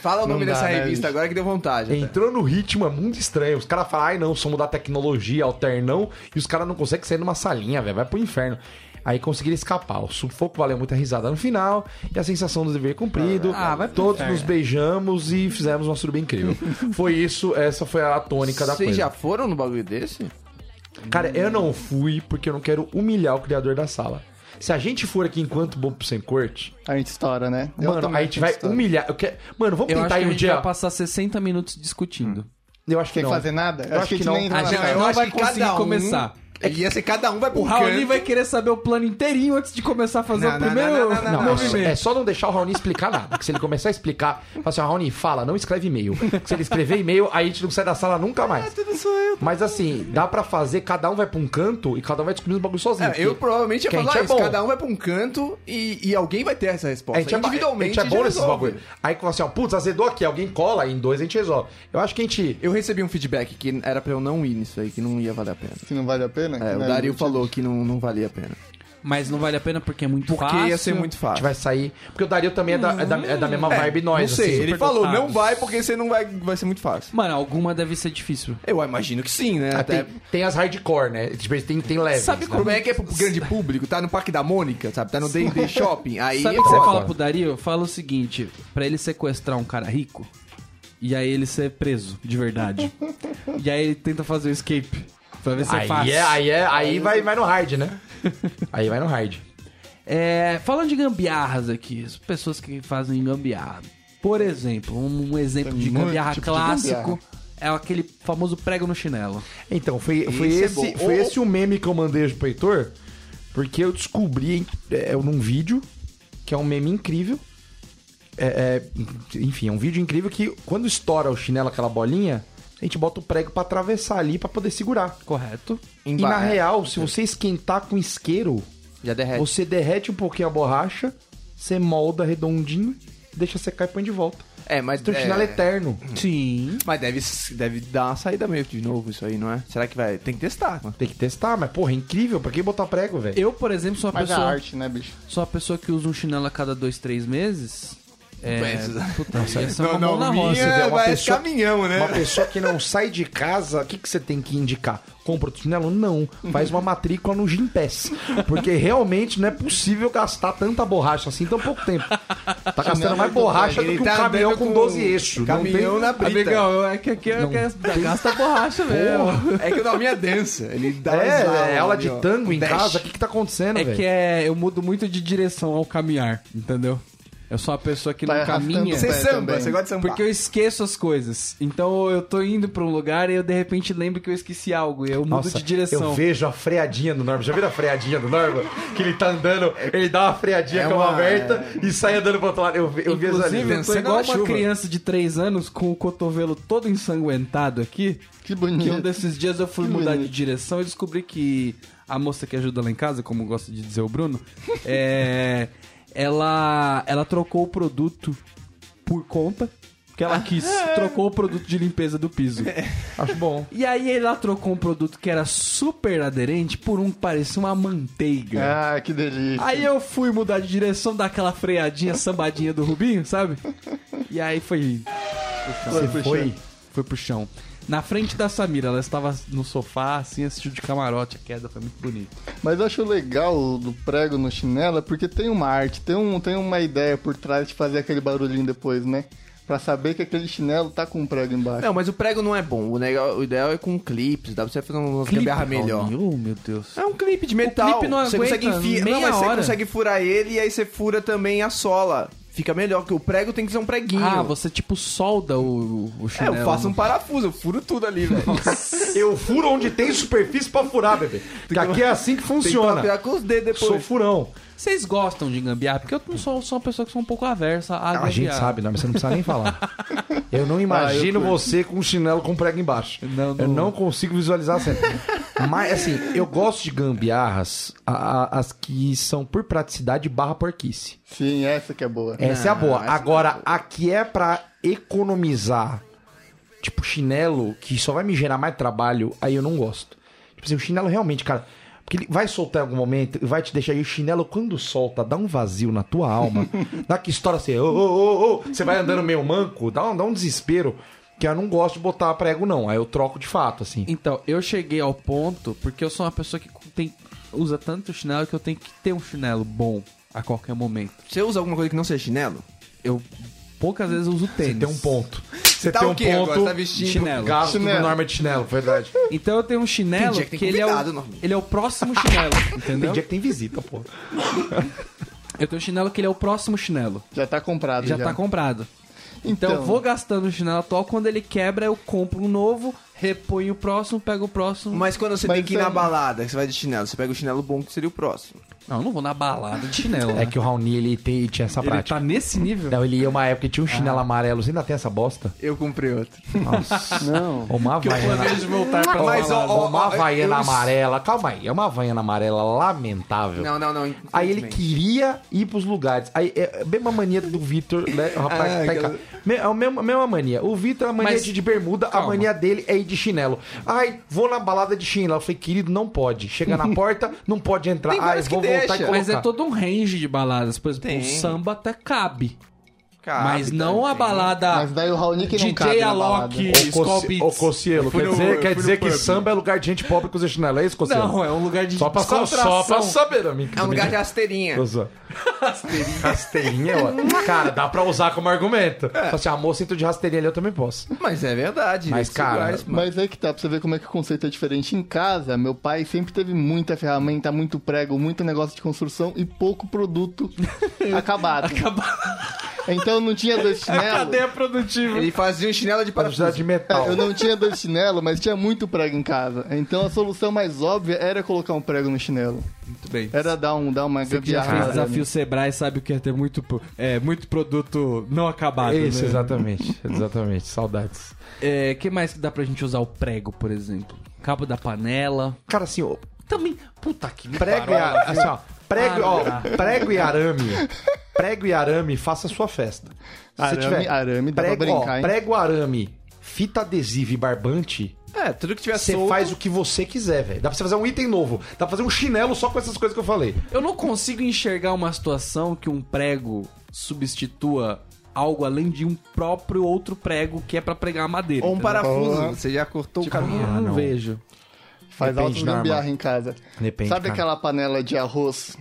S3: fala o nome
S1: Não dá,
S3: dessa
S1: né,
S3: revista
S1: bicho?
S3: agora que deu vontade. até.
S4: Entrou no ritmo, é muito estranho. Os caras falam, ai não, somos da tecnologia, alternão, e os caras não conseguem sair numa salinha, velho, vai pro inferno. Aí conseguiram escapar. O sufoco valeu muita risada no final e a sensação do dever cumprido.
S2: Ah, vai pro
S4: Todos
S2: inferno.
S4: nos beijamos e fizemos uma suruba incrível. foi isso, essa foi a tônica da
S3: Vocês
S4: coisa.
S3: já
S2: um-
S3: foram no bagulho desse?
S4: Cara, eu não fui porque eu não quero humilhar o criador da sala. Se a gente for aqui enquanto bobo sem corte,
S1: A gente estoura, né? Eu
S4: mano,
S1: também
S4: a
S1: acho
S4: gente vai um
S1: estoura.
S4: humilhar. Eu quero... Mano, vamos
S2: Eu acho
S3: Tá
S2: que
S4: tentar ir
S2: a
S4: um
S2: gente
S4: dia.
S2: vai passar 60 minutos discutindo.
S3: Hum.
S4: Eu acho que
S1: Sem
S4: não.
S1: fazer nada? Eu acho que a gente
S4: não.
S3: Ah,
S1: nem entra
S2: A
S1: na
S2: gente
S1: sala.
S2: não vai conseguir começar.
S3: Ia ser cada um vai pro
S2: O Raoni
S3: canto.
S2: vai querer saber o plano inteirinho antes de começar a fazer
S3: Não,
S2: o
S3: não,
S2: primeiro
S3: não, não, não,
S4: Não, é só-
S2: movimento.
S4: é só não deixar o Raoni explicar nada. Porque se ele começar a explicar, fala assim, ó, Raoni, fala, não escreve e-mail. Porque se ele escrever e-mail, aí a gente não sai da sala nunca mais.
S3: É, Tudo sou eu.
S4: Mas assim, dá pra fazer, cada um vai pra um canto e cada um vai descobrindo o bagulho sozinho.
S3: É, eu
S4: porque
S3: provavelmente ia
S4: que a
S3: falar
S4: gente é
S3: isso.
S4: bom.
S3: Cada um vai pra um canto e, e alguém vai ter essa
S4: a
S3: resposta.
S4: gente, é, ba- a
S3: Individualmente,
S4: gente é bom
S3: já
S4: nesses
S3: resolve.
S4: bagulho. Aí que fala assim, ó, putz, azedou aqui, alguém cola, em dois a gente resolve. Eu acho que a gente.
S3: Eu recebi um feedback que era pra eu não ir nisso aí, que não ia valer a pena.
S1: Se não vale a pena?
S3: É,
S1: né?
S3: o Dario falou que não, não valia a pena.
S2: Mas não vale a pena porque é muito
S3: Porque
S2: fácil.
S3: ia ser muito
S4: A gente
S3: fácil.
S4: vai sair. Porque o Dario também é da, é da, é da mesma vibe nós.
S3: Hum. Não sei,
S4: assim.
S3: ele falou,
S2: dotados.
S3: não vai porque você não vai, vai ser muito fácil.
S2: Mano, alguma deve ser difícil.
S3: Eu imagino que sim, né?
S4: Ah,
S3: Até
S4: tem, tem as hardcore, né? Tipo, Tem, tem leves.
S2: Sabe
S4: né?
S3: O problema é que é pro grande público, tá no Parque da Mônica, sabe? Tá no D&D Shopping, aí
S2: Sabe
S3: é
S2: o que você
S3: foda.
S2: fala pro Dario? Fala o seguinte, pra ele sequestrar um cara rico, e aí ele ser preso, de verdade. e aí ele tenta fazer o escape, pra ver se é
S4: Aí,
S2: fácil.
S4: é, aí, é, aí vai, vai no hard, né? Aí vai no hard.
S2: É, falando de gambiarras aqui, as pessoas que fazem gambiarra. Por exemplo, um, um exemplo
S1: Tem
S2: de
S1: muito
S2: gambiarra
S1: tipo de
S2: clássico é aquele famoso prego no chinelo.
S4: Então, foi, foi,
S3: Esse é
S4: esse,
S3: bom.
S4: foi
S3: Ou-
S4: esse o meme que eu mandei hoje pro Heitor, porque eu descobri em- é, num vídeo, que é um meme incrível. É, é, enfim, é um vídeo incrível que quando estoura o chinelo, aquela bolinha, a gente bota o prego pra atravessar ali pra poder segurar.
S2: Correto?
S3: Em
S4: E na
S3: barra-
S4: real, se você esquentar com isqueiro,
S3: Já derrete.
S4: você derrete um pouquinho a borracha, você molda redondinho, deixa secar e põe de volta.
S3: É, mas...
S4: Então o chinelo é eterno.
S2: Sim.
S3: Mas deve, deve dar uma saída meio que de novo isso aí, não é? Será que vai... Tem que testar, mano.
S4: Tem que testar, mas porra, é incrível. Pra que botar prego, velho?
S2: Eu, por exemplo, sou uma
S1: Mas é
S2: pessoa.
S1: arte, né, bicho?
S2: Sou uma pessoa que usa um chinelo a cada dois, três meses. É,
S3: Precisa.
S2: puta, ia ser uma mão na roça.
S4: minha-
S2: viu?
S4: é uma
S3: vai
S4: pessoa-
S3: caminhão, né?
S4: Uma pessoa que não sai de casa, o que, que você tem que indicar? Compra outro chinelo? Não. Faz uma matrícula no Gimpass. Porque realmente não é possível gastar tanta borracha assim em tão pouco tempo. Tá gastando mais borracha do que um
S3: tá
S4: caminhão
S3: andando
S4: com 12 eixos.
S3: Caminhão
S4: não
S3: na brita.
S2: Amigão, é que aqui eu quero gasta borracha mesmo.
S3: É que o da minha é dança. Ele dá
S4: É,
S3: umas aulas,
S4: é aula
S3: ali,
S4: de
S3: ó.
S4: tango em
S3: Dash.
S4: casa? O que, que tá acontecendo,
S2: É
S4: velho?
S2: que é, eu mudo muito de direção ao caminhar, entendeu? Eu sou uma pessoa que
S1: Tá
S2: não
S1: arrastando
S2: caminha.
S1: o
S3: Você
S1: É,
S3: samba,
S1: também.
S3: você gosta de sambar.
S2: Porque eu esqueço as coisas. Então eu tô indo pra um lugar e eu de repente lembro que eu esqueci algo. E eu mudo
S4: Nossa,
S2: de direção.
S4: Eu vejo a freadinha do Norma. Já viram a freadinha do Norma? Que ele tá andando, ele dá uma freadinha
S3: É
S4: com a mão
S3: uma-
S4: aberta e sai andando pro outro lado. Eu, ve- eu vejo ali.
S2: Inclusive, eu tô
S3: dançando
S2: igual
S3: na
S2: uma
S3: chuva.
S2: criança de 3 anos com o cotovelo todo ensanguentado aqui.
S1: Que bonito.
S2: Que um desses dias eu fui mudar de
S1: bonito.
S2: direção e descobri que a moça que ajuda lá em casa, como gosta de dizer o Bruno, é, ela, ela trocou o produto por conta que ela quis. Trocou o produto de limpeza do piso.
S1: É.
S4: Acho bom.
S2: E aí ela trocou um produto que era super aderente por um que parecia uma manteiga.
S1: Ah, que delícia.
S2: Aí eu fui mudar de direção, dar aquela freadinha, sambadinha do Rubinho, sabe? E aí foi,
S1: Você
S4: Foi.
S2: foi pro chão. Na frente da Samira, ela estava no sofá, assim, assistindo de camarote, a queda foi muito bonita.
S1: Mas eu acho legal do prego no chinelo é porque tem uma arte, tem, um, tem uma ideia por trás de fazer aquele barulhinho depois, né? Pra saber que aquele chinelo tá com um prego embaixo.
S3: Não, mas o prego não é bom. O, legal- o ideal é com clipes. Dá pra você fazer um, umas gambiarra melhor.
S2: Oh, meu Deus.
S3: É um clipe de metal.
S2: clipe não
S3: você
S2: aguenta
S3: consegue enfiar.
S2: meia
S3: Não, mas você
S2: hora.
S3: consegue furar ele e aí você fura também a sola. Fica melhor, porque o prego tem que ser um preguinho.
S2: Ah, você tipo solda o, o
S3: É,
S2: chinelo. né?
S3: eu faço um parafuso, eu furo tudo ali, velho.
S4: Eu furo onde tem superfície pra furar, bebê. Que aqui é assim
S3: Tem
S4: que
S3: que tomar
S4: funciona.
S3: cuidado com os dedos
S4: Sou
S3: depois.
S4: furão.
S2: Vocês gostam de gambiarra? Porque eu não sou, sou uma pessoa que sou um pouco aversa a
S4: Ah, A
S3: Ah,
S2: gambiarra.
S4: gente sabe, Norma, você não precisa nem falar. Eu não imagino você com um chinelo com prego embaixo.
S2: Ah, Não, não.
S4: Eu não consigo visualizar a cena. Mas, assim, eu gosto de gambiarras, a- a- as que são por praticidade barra porquice.
S1: Sim, essa que é boa.
S4: Essa é a boa. Agora, a que é pra economizar, tipo, chinelo, que só vai me gerar mais trabalho, aí eu não gosto. Tipo assim, o chinelo realmente, cara. Porque ele vai soltar em algum momento, e vai te deixar. E o chinelo, quando solta, dá um vazio na tua alma. dá que história assim, ô, ô, ô, ô, você vai andando meio manco, dá um, dá um desespero. Que eu não gosto de botar prego, não. Aí eu troco de fato, assim.
S2: Então, eu cheguei ao ponto, porque eu sou uma pessoa que tem, usa tanto chinelo que eu tenho que ter um chinelo bom a qualquer momento.
S3: Você usa alguma coisa que não seja chinelo?
S2: Eu poucas vezes uso tênis.
S4: Tem um ponto. Você
S3: Tá
S4: tem
S3: o
S4: um
S3: quê agora?
S4: ponto.
S3: Tá vestindo
S2: chinelo.
S4: Gasto
S1: Chinelo.
S4: do norma de chinelo, verdade.
S2: Então eu tenho um
S3: Tem
S2: chinelo
S3: dia
S2: que,
S3: que tem
S2: ele, é
S3: convidado,
S2: o,
S3: Norman.
S2: ele é o próximo chinelo, entendeu?
S4: Tem dia que tem visita, pô.
S2: Eu tenho um chinelo que ele é o próximo chinelo.
S1: Já tá comprado.
S2: Já, tá comprado. Então, eu
S1: Então.
S2: vou gastando o chinelo atual, quando ele quebra eu compro um novo, reponho o próximo, pego o próximo.
S3: Mas quando você
S1: Mas
S3: tem que ir na
S1: então-
S3: balada, que você vai de chinelo, você pega o chinelo bom que seria o próximo.
S2: Não, eu não vou na balada de chinelo.
S4: É
S2: né?
S4: que o Raoni, ele, tem, ele tinha essa
S2: ele
S4: prática.
S2: tá nesse nível.
S4: Não, ele ia uma época que tinha um
S3: Ah.
S4: chinelo amarelo. Você ainda tem essa bosta?
S3: Eu comprei outro.
S4: Nossa.
S1: Não.
S4: é. Uma havaiana.
S2: voltar pra
S3: Mas, ó, ó,
S4: Uma
S3: ó,
S4: havaiana
S3: eu-
S4: amarela. Calma aí. É uma havaiana amarela lamentável.
S3: Não, não, não.
S4: Aí ele
S3: infelizmente.
S4: queria ir pros lugares. Aí é a mesma mania do Vitor, né? O rapaz
S3: Ah,
S4: que tá em
S3: aquela-
S4: casa. Me- É a mesma, mesma mania. O Vitor, a mania
S2: Mas-
S4: de, de bermuda,
S2: calma.
S4: a mania dele é ir de de chinelo. Ai, vou na balada de chinelo. Eu falei, querido, não pode. Chega na porta, não pode entrar.
S3: Tem
S4: Ai,
S3: vários que
S4: vou voltar e
S3: deixa.
S4: colocar.
S2: Mas é todo um range de baladas. Por exemplo,
S3: Tem.
S2: o samba até cabe.
S3: Cabe,
S2: mas não a
S3: também.
S2: balada
S1: Mas daí o Raoni que não cabe
S2: DJ
S1: na
S2: Alok
S4: Ô,
S2: Skull
S4: Cossi- Ô,
S2: Beats.
S4: Cossielo,
S3: Fui
S4: quer
S3: no-
S4: dizer,
S3: eu
S4: quer
S3: fui
S4: dizer
S3: no
S4: que
S3: pub.
S4: samba é lugar de gente pobre que usa chinelo, é isso, Cossielo?
S2: Não, é um lugar de
S4: Só pra, só, só pra
S2: descontração.
S4: saber, amigo.
S3: É um lugar de rasteirinha.
S4: Rasteirinha. Rasteirinha, ó. Cara, dá pra usar como argumento. Fala assim, amor, sinto de rasteirinha ali, eu também posso.
S3: Mas é verdade.
S4: Mas,
S3: isso
S4: cara,
S3: iguais, mano.
S1: Mas é que tá, pra você ver como é que o conceito é diferente. Em casa, meu pai sempre teve muita ferramenta, muito prego, muito negócio de construção e pouco produto acabado. Então eu não tinha dois chinelos.
S2: Cadeia produtiva.
S3: ele fazia um chinelo de
S4: Pra precisar
S3: parafuso.
S4: de metal.
S1: É, eu não tinha dois chinelos, mas tinha muito prego em casa. Então a solução mais óbvia era colocar um prego no chinelo.
S3: Muito bem.
S1: Era dar, um, dar uma
S2: Você que já fez
S1: gambiarra.
S2: desafio Sebrae sabe o que é ter muito, pro- é, muito produto não acabado.
S4: Isso,
S2: né?
S4: exatamente. Exatamente. Saudades.
S2: É, que mais que dá pra gente usar o prego, por exemplo? Cabo da panela.
S4: Cara, assim, ó,
S2: Também. Puta que me
S4: prego e
S2: pariu.
S4: arame. Assim, ó, prego, ó,
S2: Ah,
S4: prego e arame. Prego e arame, faça a sua festa. Se você
S1: Arame-
S4: tiver
S1: arame dá pra
S4: prego, ó,
S1: brincar, hein?
S4: Prego, arame, fita adesiva e barbante,
S3: É, tudo que tiver
S4: você
S3: solto...
S4: faz o que você quiser, velho. Dá pra você fazer um item novo. Dá pra fazer um chinelo só com essas coisas que eu falei.
S2: Eu não consigo enxergar uma situação que um prego substitua algo além de um próprio outro prego que é pra pregar a madeira.
S3: Ou um parafuso.
S1: Porra.
S3: Você já cortou o
S2: Tipo,
S3: caminho.
S2: eu
S4: Ah,
S2: não,
S4: não.
S2: vejo.
S1: Faz
S4: Depende
S1: altas
S4: da
S1: gambiarra
S4: arma.
S1: em casa.
S4: Depende,
S1: Sabe
S4: cara.
S1: aquela panela de arroz?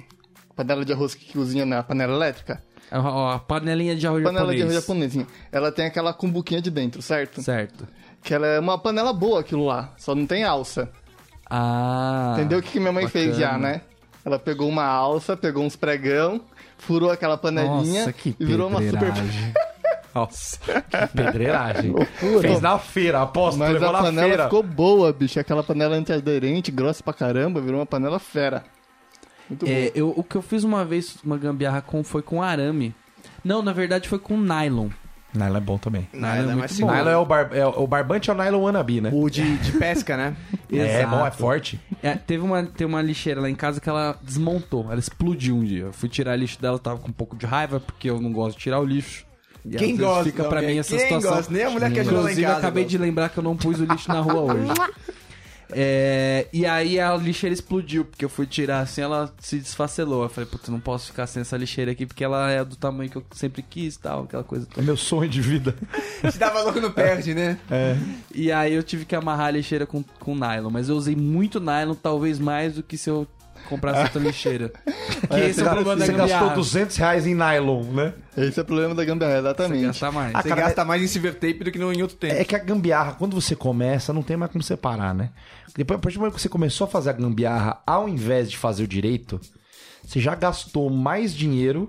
S1: Panela de arroz que que cozinha na panela elétrica?
S2: Ó, ó, a É panelinha de arroz
S1: Panela de
S2: japonês.
S1: arroz japonesinha. Ela tem aquela cumbuquinha de dentro, certo?
S2: Certo.
S1: Que ela é uma panela boa aquilo lá, só não tem alça.
S2: Ah.
S1: Entendeu o que, que minha mãe fez
S2: bacana.
S1: já, né? Ela pegou uma alça, pegou uns pregão, furou aquela panelinha
S2: Nossa, que
S1: e virou uma super.
S2: pedreiragem. Nossa.
S4: Pedreiragem. Fez na feira, aposto.
S1: Mas
S4: levou
S1: a
S4: na
S1: panela
S4: feira.
S1: ficou boa, bicho. Aquela panela antiaderente, grossa pra caramba, virou uma panela fera. Muito boa.
S2: É, eu, o que eu fiz uma vez, uma gambiarra com, foi com arame. Não, na verdade foi com nylon.
S4: Nylon é bom também.
S2: Nylon é
S3: Nada,
S2: muito
S3: mas
S4: Nylon é
S3: seguro.
S4: o, bar, é o barbante é o nylon wannabe, né?
S3: O de, de pesca, né?
S4: É, é
S2: Exato.
S4: bom, é forte.
S2: É, teve uma, tem uma lixeira lá em casa que ela desmontou, ela explodiu um dia. Eu fui tirar lixo dela, tava com um pouco de raiva, porque eu não gosto de tirar o lixo. E às
S3: Quem
S2: vezes
S3: gosta?
S2: Fica
S3: não,
S2: pra mim
S3: é
S2: essa
S3: quem
S2: situação.
S3: Gosta? Nem a mulher que ajuda lá em
S2: Inclusive, eu
S3: casa.
S2: acabei de lembrar que eu não pus o lixo na rua hoje. É, e aí a lixeira explodiu, porque eu fui tirar assim, ela se desfacelou. Eu falei, putz, não posso ficar sem essa lixeira aqui, porque ela é do tamanho que eu sempre quis e tal, aquela coisa
S4: É meu sonho de vida.
S3: Se dá valor quando perde, né?
S2: E aí eu tive que amarrar a lixeira com, com nylon. Mas eu usei muito nylon, talvez mais do que se eu comprasse outra lixeira. que esse é o problema da
S4: Você gastou
S2: gambiarra.
S4: 200 reais em nylon, né?
S1: Esse é o problema da gambiarra,
S2: Você
S1: exatamente.
S2: gastar mais.
S3: Você gasta mais em silver tape do que no, em outro tempo.
S4: É que a gambiarra, quando você começa, não tem mais como separar, né? Depois, a partir do momento que você começou a fazer a gambiarra, ao invés de fazer o direito, você já gastou mais dinheiro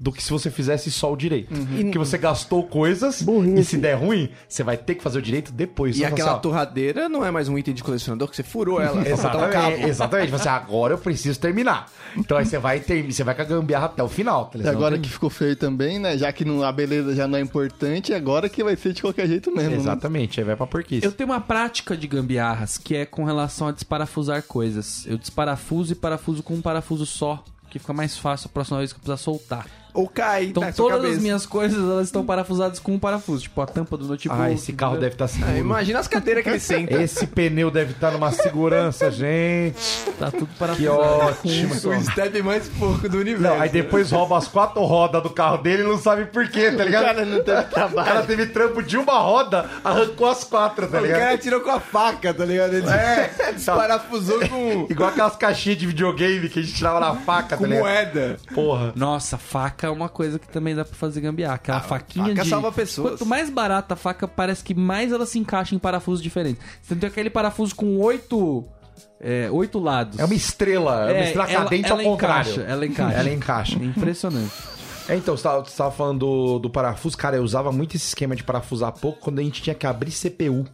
S4: do que se você fizesse só o direito.
S3: Uhum.
S4: Porque você gastou coisas e se der ruim, você vai ter que fazer o direito depois.
S3: E
S4: Só
S3: aquela
S4: assim, ó,
S3: torradeira não é mais um item de colecionador que você furou ela. faltava um cabo.
S4: Exatamente, exatamente. Você, assim, agora eu preciso terminar. Então aí você vai, ter, você vai com a gambiarra até o final. Tá?
S1: E
S4: ligado?
S1: agora
S4: Não
S1: que ficou feio também, né? Já que não- a beleza já não é importante, agora que vai ser de qualquer jeito
S4: tem-
S1: mesmo. né?
S4: Exatamente, aí vai pra porquice.
S2: Eu tenho uma prática de gambiarras que é com relação a desparafusar coisas. Eu desparafuso e parafuso com um parafuso só, que fica mais fácil a próxima vez que eu precisar soltar.
S3: Ou cai
S2: Então
S3: na É, sua
S2: todas
S3: cabeça.
S2: as minhas coisas elas estão parafusadas com um parafuso, tipo a tampa do notebook.
S4: Ah, esse carro deve estar tá
S3: Ah,
S4: seguro.
S3: Imagina as cadeiras que ele senta.
S4: Esse pneu deve estar numa segurança, gente.
S2: tá tudo
S4: Que
S2: parafusado.
S4: ótimo.
S3: O step mais porco do universo.
S4: Não, aí depois rouba as quatro rodas do carro dele e não sabe por quê, tá ligado? O cara,
S1: não teve trabalho.
S4: teve trampo de uma roda, arrancou as quatro, tá
S3: O
S4: ligado?
S3: cara tirou com a faca, tá ligado? Ele é, desparafusou com,
S4: Igual aquelas caixinhas de videogame que a gente tirava na faca,
S3: com
S4: tá ligado?
S3: moeda.
S2: é?
S4: Porra.
S2: Nossa, faca é uma coisa que também dá pra fazer gambiarra. Aquela faquinha
S3: Ah, faca
S2: de...
S3: salva pessoas.
S2: Quanto mais barata a faca, parece que mais ela se encaixa em parafusos diferentes. Você tem aquele parafuso com oito... é, oito lados.
S4: É uma estrela, é, uma
S2: É,
S4: estrela
S2: ela-
S4: cadente
S2: ela
S4: ao contrário.
S2: encaixa, ela encaixa.
S4: Ela encaixa.
S2: É Impressionante.
S4: É, então, você tava, você tava falando do, do parafuso. Cara, eu usava muito esse esquema de parafusar pouco quando a gente tinha que abrir CPU.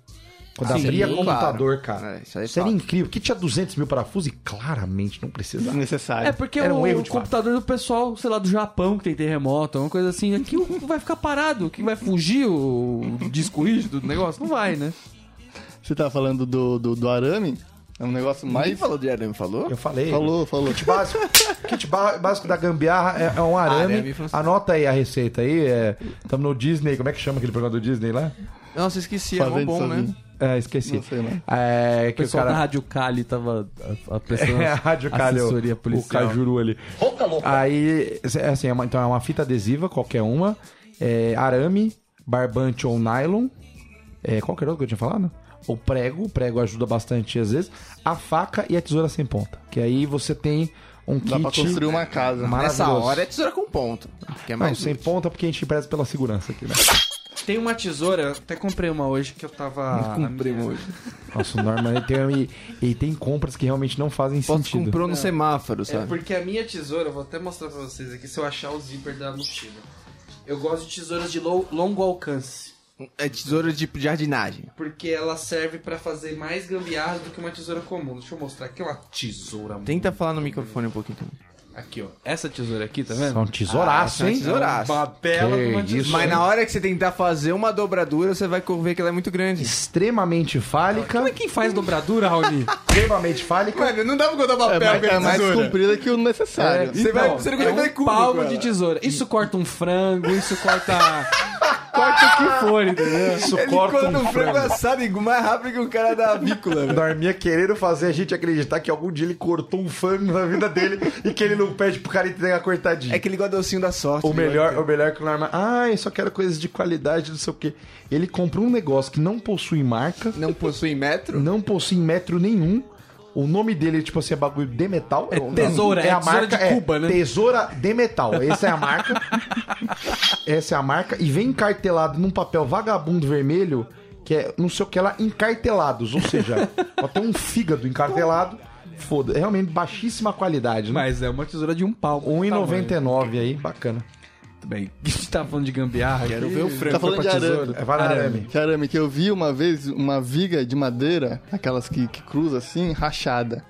S4: Quando
S2: Sim,
S4: abria
S2: claro.
S4: computador, cara.
S3: É,
S4: isso
S3: isso aí é
S4: era
S3: fato.
S4: incrível. Que tinha 200 mil parafusos e claramente não precisava.
S1: Desnecessário.
S2: É porque
S4: Era
S2: o,
S4: um erro
S2: o
S4: de fato.
S2: computador do pessoal, sei lá, do Japão, que tem terremoto, uma coisa assim, aqui o- vai ficar parado. Que vai fugir o disco rígido do negócio? Não vai, né?
S1: Você tá falando do, do, do arame? É um negócio
S3: Ninguém
S1: mais.
S3: falou de arame, falou?
S4: Eu falei. Tipo,
S1: Falou, falou.
S4: Kit básico, kit ba- básico da gambiarra é, é um arame.
S3: Arame francês.
S4: Anota aí a receita aí. É, tamo no Disney. Como é que chama aquele programa do Disney lá?
S3: Nossa, esqueci, é mó
S1: Fazendo
S3: bom, né?
S1: sozinho.
S4: É, esqueci.
S1: Não sei, né?
S4: É,
S2: O
S4: que o
S2: pessoal da
S4: cara...
S2: Rádio Cali tava a, a pessoa,
S4: É, a Rádio Calha, o-
S2: Então, assessoria
S4: o
S2: policial.
S4: Cajuru ali. Aí, é assim, é uma- então é uma fita adesiva, qualquer uma, é, arame, barbante ou nylon, é, qualquer outro que eu tinha falado, o prego, o prego ajuda bastante às vezes, a faca e a tesoura sem ponta, que aí você tem um
S1: Dá pra
S4: kit
S1: construir uma casa.
S4: maravilhoso.
S3: Nessa hora é tesoura com ponto. Que é
S4: Não,
S3: mais
S4: sem ponta porque a gente preza pela segurança aqui, né?
S2: Tem uma tesoura, eu até comprei uma hoje que eu tava. na minha-
S3: primo hoje.
S4: Nossa, o Norman ele tem, e, e tem compras que realmente não fazem
S3: Posso
S4: sentido.
S3: comprou no semáforo,
S2: É
S3: sabe?
S2: porque a minha tesoura, eu vou até mostrar pra vocês aqui se eu achar o zíper da mochila. Eu gosto de tesouras de lo- longo alcance.
S3: É tesoura de jardinagem.
S2: Porque ela serve pra fazer mais gambiarra do que uma tesoura comum. Deixa eu mostrar aqui uma tesoura.
S3: Tenta falar no microfone um pouquinho também.
S2: Aqui, ó. Essa tesoura aqui, tá vendo?
S4: São tesouraço,
S3: Ah,
S4: hein?
S3: tesoura. tesouraço.
S2: Uma bela
S4: Que
S2: de uma
S4: isso,
S2: tesoura.
S3: Mas na hora que você tentar fazer uma dobradura, você vai ver que ela é muito grande.
S4: Extremamente fálica.
S2: Como é que faz dobradura, Raoni?
S4: Extremamente fálica.
S3: Mano, não dá pra contar
S1: É,
S3: papel
S1: mais-
S3: com
S1: é
S3: a
S1: mais
S3: tesoura.
S1: comprida que o necessário.
S4: É,
S3: Você vai,
S2: Então,
S3: você não
S2: é
S3: consegue fazer
S2: um
S3: cubo com
S2: palmo
S3: ela.
S2: de tesoura. Isso corta um frango, isso corta... corta o que for, entendeu?
S4: Isso
S3: Ele
S4: corta
S3: corta
S4: um
S3: um frango
S4: frango.
S3: assado e mais rápido que o cara da avícola, velho.
S4: Dormia querendo fazer a gente acreditar que algum dia ele cortou um frango na vida dele e que ele não pede pro cara entregar cortadinho.
S3: É aquele godocinho da sorte.
S4: o
S3: né?
S4: melhor, o melhor que o Norman. Ah, eu só quero coisas de qualidade, não sei o quê. Ele comprou um negócio que não possui marca,
S3: Não possui metro?
S4: não possui metro nenhum. O nome dele, tipo assim, é bagulho de metal. É
S2: tesoura, é tesoura de Cuba, né?
S4: Tesoura de metal. Essa é a marca. Essa é a marca. E vem encartelado num papel vagabundo vermelho, que é não sei o que lá, encartelados. Ou seja, até um fígado encartelado. Foda. É realmente baixíssima qualidade, né?
S2: Mas é uma tesoura de um palmo.
S4: 1,99 aí, bacana.
S2: Muito bem. A gente tá falando de gambiarra. Quero ver o
S1: Tá falando de arame.
S4: É vararame.
S1: De arame, que eu vi uma vez uma viga de madeira, aquelas que, que cruza assim, rachada.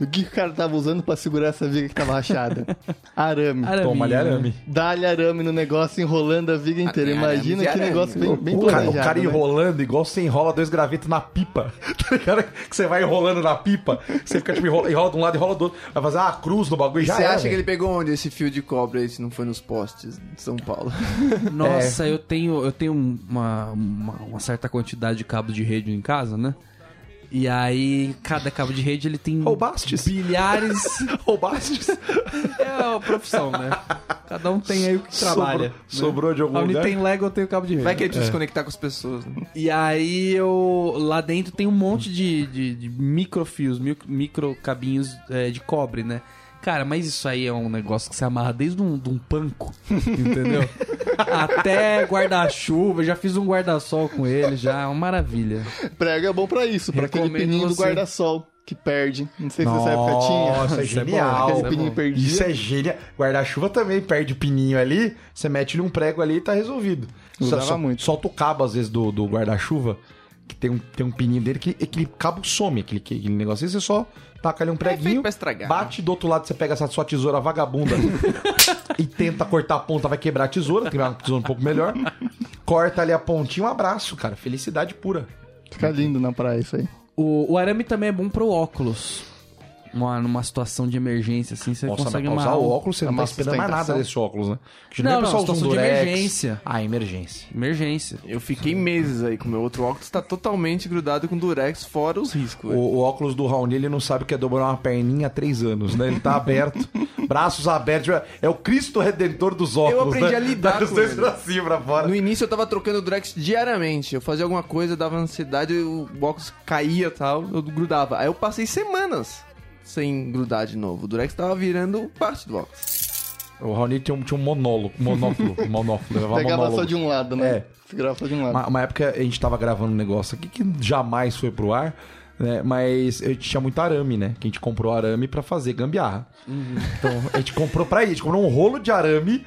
S1: O que que o cara tava usando pra segurar essa viga que tava rachada? Arame.
S4: Toma ali arame.
S1: Dá-lhe arame no negócio, enrolando a viga inteira.
S3: Arame
S1: Imagina
S3: e
S1: que
S3: arame.
S1: negócio bem, bem
S4: o cara, o
S1: planejado,
S4: cara
S1: né?
S4: enrolando igual você enrola dois gravetos na pipa. Tá ligado? Que você vai enrolando na pipa. Você fica tipo, enrola, enrola de um lado, enrola do outro. Vai fazer uma cruz no bagulho e já
S3: Você
S4: era,
S3: acha que
S4: velho.
S3: ele pegou onde esse fio de cobre aí, se não foi nos postes de São Paulo?
S2: Nossa, eu tenho, eu tenho um- uma, uma, uma certa quantidade de cabos de rede em casa, né? E aí, cada cabo de rede ele tem
S4: Roubastes.
S2: bilhares.
S4: Roubastes.
S2: é a profissão, né? Cada um tem aí o que trabalha.
S4: Sobrou, sobrou de algum
S2: A Uni
S4: lugar.
S2: tem Lego, eu tenho cabo de rede.
S3: Vai que ele precisa se conectar com as pessoas, né?
S2: E aí eu. Lá dentro tem um monte de, de, de microfios, mi- microcabinhos é, de cobre, né? Cara, mas isso aí é um negócio que se amarra desde um, de um panco, entendeu? Até guarda-chuva, já fiz um guarda-sol com ele, já é uma maravilha.
S1: Prego é bom pra isso, pra aquele
S2: Recomendo
S1: pininho do
S2: você.
S1: guarda-sol que perde. Não sei se nessa época tinha.
S4: Nossa, é
S2: Isso é bom,
S4: genial.
S1: Aquele
S2: isso é
S1: pininho
S2: bom.
S1: perdido.
S4: Isso é gênio. Guarda-chuva também perde o pininho ali, você mete-lhe um prego ali e tá resolvido.
S1: Usava
S4: Só- só-
S1: muito.
S4: Solta o cabo, às vezes, do, do guarda-chuva, que tem um, tem um pininho dele, que aquele cabo some, aquele, aquele negócio. Aí você só taca ali um
S3: É feito
S4: preguinho,
S3: pra estragar, né?
S4: bate do outro lado, você pega essa sua tesoura vagabunda e tenta cortar a ponta, vai quebrar a tesoura, que é uma tesoura um pouco melhor. Corta ali a pontinha, um abraço, cara. Felicidade pura.
S1: Fica lindo na praia isso aí.
S2: O, o arame também é bom pro óculos. Numa, numa situação de emergência, assim, você
S4: Nossa,
S2: consegue
S4: mas pra usar
S2: amarrar
S4: o
S2: um-
S4: óculos, você não tá
S1: uma
S4: esperando mais nada
S1: sustentação.
S4: desse óculos, né?
S2: Não,
S4: Geralmente o
S2: não,
S4: pessoal usa
S2: situação de
S4: durex.
S2: emergência.
S4: Ah, emergência.
S2: Emergência.
S3: Eu fiquei meses aí com o meu outro óculos, tá totalmente grudado com durex, fora os riscos.
S4: O,
S3: velho.
S4: o óculos do Raoni, ele não sabe o que é dobrar uma perninha há três anos, né? Ele tá aberto, braços abertos. É o Cristo Redentor dos óculos,
S3: aprendi
S4: né?
S3: a lidar
S4: Tá com os
S3: com
S4: dois
S3: ele.
S4: pra cima, pra fora.
S3: No início eu tava trocando durex diariamente. Eu fazia alguma coisa, dava ansiedade, o óculos caía e tal, eu grudava. Aí eu passei semanas sem grudar de novo. O durex tava virando parte do óculos.
S4: O Raoni tinha um, tinha um monólogo, monóculo, monóculo. levava
S1: Pegava
S4: monólogo.
S1: só de um lado, né?
S4: É.
S1: Segurava só de um lado.
S4: Uma, uma época a gente tava gravando um negócio aqui que jamais foi pro ar, né? Mas eu tinha muito arame, né? Que a gente comprou arame pra fazer gambiarra.
S1: Uhum.
S4: Então a gente comprou pra ir, a gente comprou um rolo de arame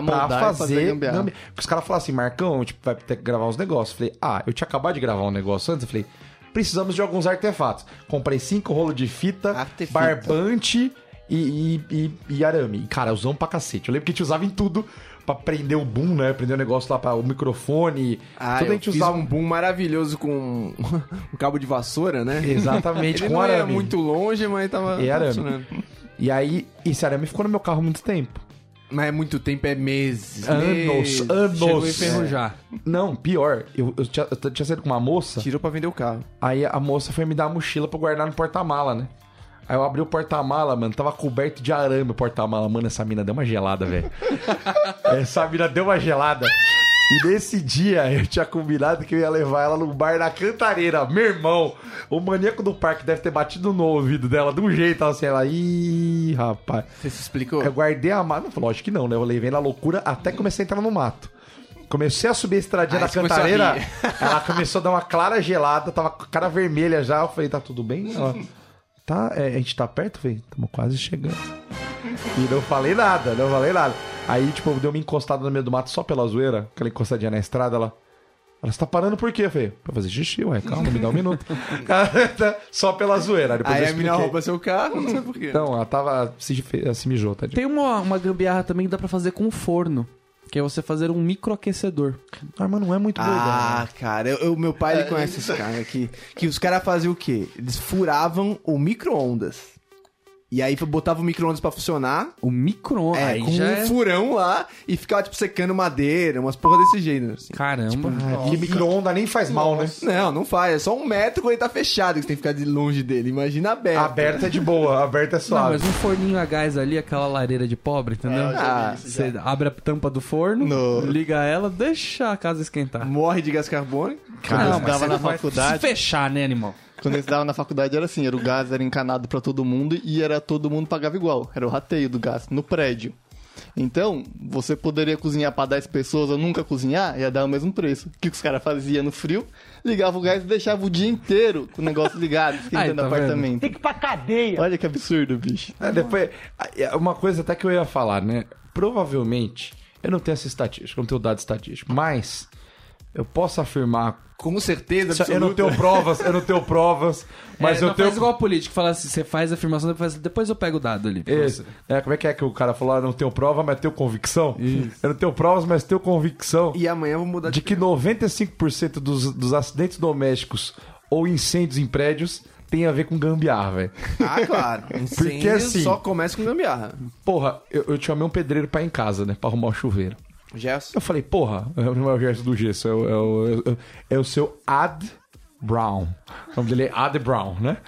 S4: pra
S1: moldar e
S4: fazer
S1: fazer gambiarra.
S4: gambi- Porque os caras falaram assim, Marcão, tipo, vai ter que gravar uns negócios. Eu falei, ah, eu tinha acabado de gravar um negócio antes. Eu falei, precisamos de alguns artefatos. Comprei cinco rolos de fita,
S3: Artefita.
S4: barbante e, e- e- e arame. E, cara, usamos pra cacete. Eu lembro que a gente usava em tudo pra prender o boom, né? Prender o negócio lá para o microfone.
S3: Ah,
S4: tudo a
S3: eu
S4: gente
S3: fiz
S4: usava.
S3: um boom maravilhoso com um cabo de vassoura, né?
S4: Exatamente,
S3: Ele
S4: com
S3: não era
S4: arame.
S3: muito longe, mas tava
S4: E arame.
S3: funcionando.
S4: E aí, esse arame ficou no meu carro muito tempo.
S3: Mas é muito tempo, é meses.
S4: Anos,
S3: meses.
S4: anos. É.
S2: Chegou a enferrujar.
S4: Não, pior. Eu, eu tinha, eu tinha saído com uma moça.
S3: Tirou pra vender o carro.
S4: Aí a moça foi me dar a mochila pra eu guardar no porta-mala, né? Aí eu abri o porta-mala, mano, tava coberto de arame o porta-mala. Mano, essa mina deu uma gelada, velho. essa mina deu uma gelada. E nesse dia eu tinha combinado que eu ia levar ela no bar na Cantareira. Meu irmão, o maníaco do parque deve ter batido no ouvido dela de um jeito assim. Ela, ih, rapaz.
S3: Você se explicou?
S4: Eu guardei a mala. Não, Lógico que não, né? Eu levei na loucura até comecei a entrar no mato. Comecei a subir a estradinha
S3: Aí
S4: da
S3: você começou a
S4: cantareira.
S3: rir.
S4: Ela começou a dar uma clara gelada, tava com a cara vermelha já. Eu falei, tá tudo bem? Ela, tá, é, a gente tá perto? Eu falei, tamo quase chegando. E não falei nada, não falei nada. Aí, tipo, deu uma encostada no meio do mato só pela zoeira, aquela encostadinha na estrada, ela. Ela, você tá parando por quê, Fê? Pra fazer xixi, ué, calma, me dá um minuto. Cara, só pela zoeira. Depois
S3: Aí
S4: eu
S3: a mina
S4: expliquei.
S3: rouba seu carro, não sei por quê.
S4: Então, ela tava. Se, fe- se mijou, tá?
S2: Tem uma, uma gambiarra também que dá pra fazer com forno. Que é você fazer um microaquecedor.
S4: Ah, mas não é muito doido.
S3: Ah, cara, eu, eu- meu pai ele conhece os caras aqui. Que os caras faziam o quê? Eles furavam o micro-ondas. E aí botavam o micro-ondas pra funcionar.
S2: O micro
S3: É,
S2: aí
S3: com
S2: já
S3: um
S2: é...
S3: furão lá e ficava, tipo, secando madeira, umas porra desse gênero. assim.
S2: Caramba.
S4: Ah, que micro-onda nem faz mal, né?
S3: Não, não faz. É só um metro quando ele tá fechado que você tem que ficar de longe dele. Imagina aberto.
S4: Aberta é de boa, aberta é
S2: não,
S4: suave.
S2: mas um forninho a gás ali, aquela lareira de pobre, entendeu? Ah,
S1: eu já vi isso
S2: você abre a tampa do forno,
S3: No.
S2: liga ela, deixa a casa esquentar.
S3: Morre de gás carbônico.
S1: Quando eu
S2: Não, mas
S1: estudava
S2: você
S1: na
S2: não vai
S1: faculdade.
S2: Se fechar, né, animal?
S1: Quando eu estudava na faculdade era assim, era o gás era encanado pra todo mundo e era todo mundo pagava igual. Era o rateio do gás no prédio. Então, você poderia cozinhar pra 10 pessoas ou nunca cozinhar, ia dar o mesmo preço. O que os caras faziam no frio? Ligava o gás e deixava o dia inteiro com o negócio ligado,
S2: Aí,
S1: esquentando
S2: tá
S1: o apartamento.
S5: Tem que ir pra cadeia.
S1: Olha que absurdo, bicho.
S4: É, depois, é uma coisa até que eu ia falar, né? Provavelmente, eu não tenho essa estatística, eu não tenho dado estatístico, mas eu posso afirmar.
S3: Com certeza,
S4: Eu não tenho provas, eu não tenho provas, mas
S2: né? É,
S4: eu
S2: não,
S4: tenho.
S2: faz igual a política, fala assim, você faz a afirmação, depois, depois eu pego o dado ali. pra
S4: Isso.
S2: você.
S4: É, como é que é que o cara falou? "Ah, Eu não tenho prova, mas tenho convicção. Eu não tenho provas, mas tenho convicção.
S3: E amanhã eu vou mudar de,
S4: de que 95% dos, dos acidentes domésticos ou incêndios em prédios tem a ver com gambiarra, velho.
S3: Ah, claro. Porque
S4: assim-
S3: só começa com gambiarra.
S4: Porra, eu, eu chamei um pedreiro pra ir em casa, né? Pra arrumar o chuveiro.
S3: Gerson.
S4: Eu falei, porra, não é o gesto do gesso, é o, é o, é o- é o seu Ad Brown. O nome dele é Ad Brown, né?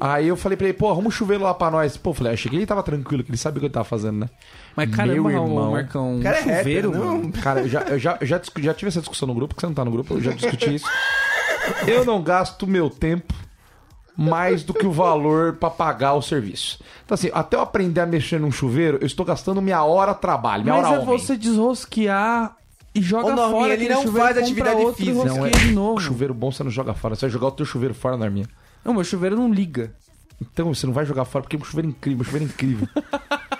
S4: Aí eu falei pra ele, pô, arruma um chuveiro lá pra nós. Pô, eu falei, achei que ele tava tranquilo, que ele sabia o que ele tava fazendo, né?
S2: Mas caramba,
S4: Meu
S2: irmão,
S4: irmão.
S2: Marcão, um
S3: cara é rapper,
S2: chuveiro,
S3: não?
S2: mano.
S4: Cara, eu já, eu já, eu já, discu- já tive essa discussão no grupo, que você não tá no grupo, eu já discuti isso. Eu não gasto meu tempo mais do que o valor pra pagar o serviço. Então assim, até eu aprender a mexer num chuveiro, eu estou gastando minha hora trabalho, minha
S2: Mas
S4: hora
S2: é
S4: homem.
S2: você desrosquear e joga
S3: Ô, Norminha,
S2: fora
S3: ele
S2: aquele
S3: não
S2: chuveiro,
S3: faz
S2: compra
S3: atividade
S2: outro e
S3: física.
S2: rosqueia de novo.
S4: Chuveiro bom você não joga fora, você vai jogar o teu chuveiro fora na minha.
S2: Não, meu chuveiro não liga.
S4: Então você não vai jogar fora porque é um chuveiro incrível, um chuveiro incrível.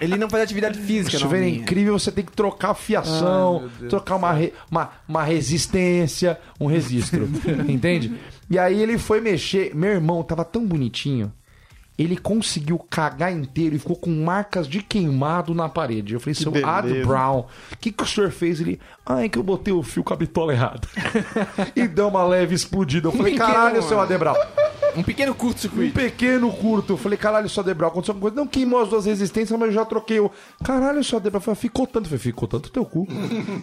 S3: Ele não faz atividade
S4: Um
S3: física, não.
S4: chuveiro incrível, você tem que trocar a fiação, trocar uma, re- uma, uma resistência, um registro. entende? E aí ele foi mexer. Meu irmão tava tão bonitinho. Ele conseguiu cagar inteiro e ficou com marcas de queimado na parede. Eu falei, seu Ad
S1: beleza.
S4: Brown, o que, que o senhor fez? Ele, ai, que eu botei o fio com a bitola errada. e deu uma leve explodida. Eu falei,
S3: Pequeno,
S4: caralho, seu
S3: mano.
S4: Ad Brown.
S3: Um pequeno
S4: Um
S3: curto-circuito.
S4: pequeno curto. Eu falei, caralho, só Debral, aconteceu alguma coisa. Não queimou as duas resistências, mas eu já troquei o. Caralho, só Debral. Eu falei, "Ah, ficou tanto. Eu falei, ficou tanto teu cu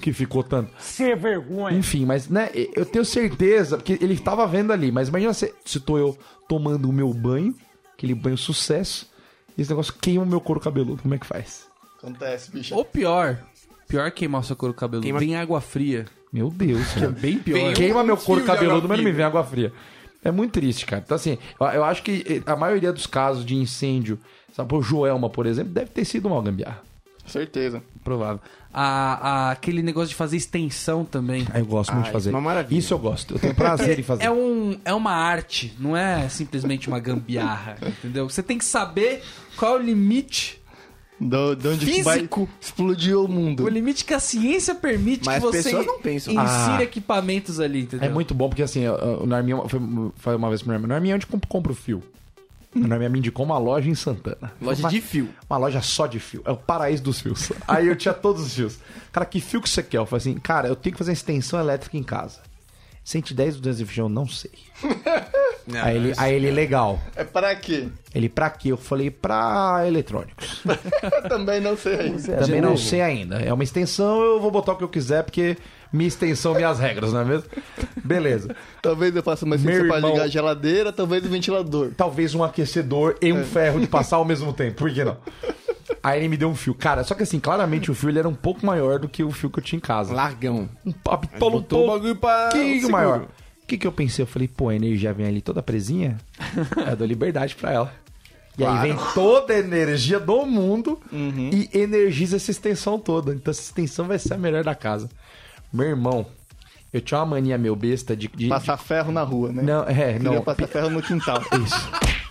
S4: que ficou tanto.
S5: Sem vergonha.
S4: Enfim, mas, né, eu tenho certeza, porque ele tava vendo ali, mas imagina se, se tô eu tomando o meu banho, aquele banho sucesso, e esse negócio queima o meu couro cabeludo. Como é que faz?
S1: Acontece, bicho.
S2: Ou pior, pior é queimar o seu couro cabeludo.
S3: Queima-
S2: Vem água fria.
S4: Meu Deus,
S2: Que é
S4: cara.
S2: bem pior.
S3: Vem-
S4: Queima meu
S3: fio
S4: couro
S3: de água
S4: cabeludo, mas não me
S3: fria.
S4: vem água fria. É muito triste, cara. Então, assim, eu, eu acho que eh, a maioria dos casos de incêndio, sabe, o Joelma, por exemplo, deve ter sido uma gambiarra.
S1: Certeza.
S2: Provável. A, a- aquele negócio de fazer extensão também.
S4: Ah, eu gosto muito de
S3: isso
S4: fazer.
S3: é uma maravilha.
S4: Isso eu gosto. Eu tenho prazer em fazer.
S2: É, um, é uma arte, não é simplesmente uma gambiarra, entendeu? Você tem que saber qual é o limite,
S1: Do, de onde que vai
S2: Físico.
S1: explodir o mundo.
S2: o limite que a ciência permite
S3: Mas
S2: que
S3: as
S2: você
S3: pessoas não pensam.
S2: insira
S4: Ah.
S2: equipamentos ali, entendeu?
S4: É muito bom, porque assim, eu- eu- o Narminha foi, foi uma vez pro Narminha. Narminha, é onde comp- compra o fio? O Narminha me indicou uma loja em Santana.
S3: Loja
S4: Uma-
S3: de fio.
S4: Uma loja só de fio. É o paraíso dos fios. Aí eu tinha todos os fios. Cara, que fio que você quer? Eu falei assim, cara, eu tenho que fazer uma extensão elétrica em casa. 110, 200 de feijão, não sei. aí, ele, aí ele, legal.
S1: É pra quê?
S4: Ele, pra quê? Eu falei, pra eletrônicos.
S1: Eu também não sei.
S4: Também não sei ainda. É uma extensão, eu vou botar o que eu quiser, porque minha extensão, minhas regras, não é mesmo? Beleza.
S1: Talvez eu faça uma
S4: Meu
S1: ciência pra
S4: irmão.
S1: ligar a geladeira, talvez o ventilador.
S4: talvez um aquecedor e um ferro de passar ao mesmo tempo. Por que não? Aí ele me deu um fio. Cara, só que assim, claramente o fio ele era um pouco maior do que o fio que eu tinha em casa.
S3: Largão.
S4: Um papitola um
S3: Botou o bagulho pra.
S4: pouquinho
S3: seguro.
S4: maior. O que, que eu pensei? Eu falei, pô, a energia vem ali toda presinha? Eu dou liberdade pra ela. E aí vem toda a energia do mundo
S3: Uhum.
S4: e energiza essa extensão toda. Então essa extensão vai ser a melhor da casa. Meu irmão, eu tinha uma mania meu besta de. de-
S1: Passar ferro na rua, né?
S4: Não, é,
S1: Queria
S4: não.
S1: passar ferro no quintal.
S4: Isso.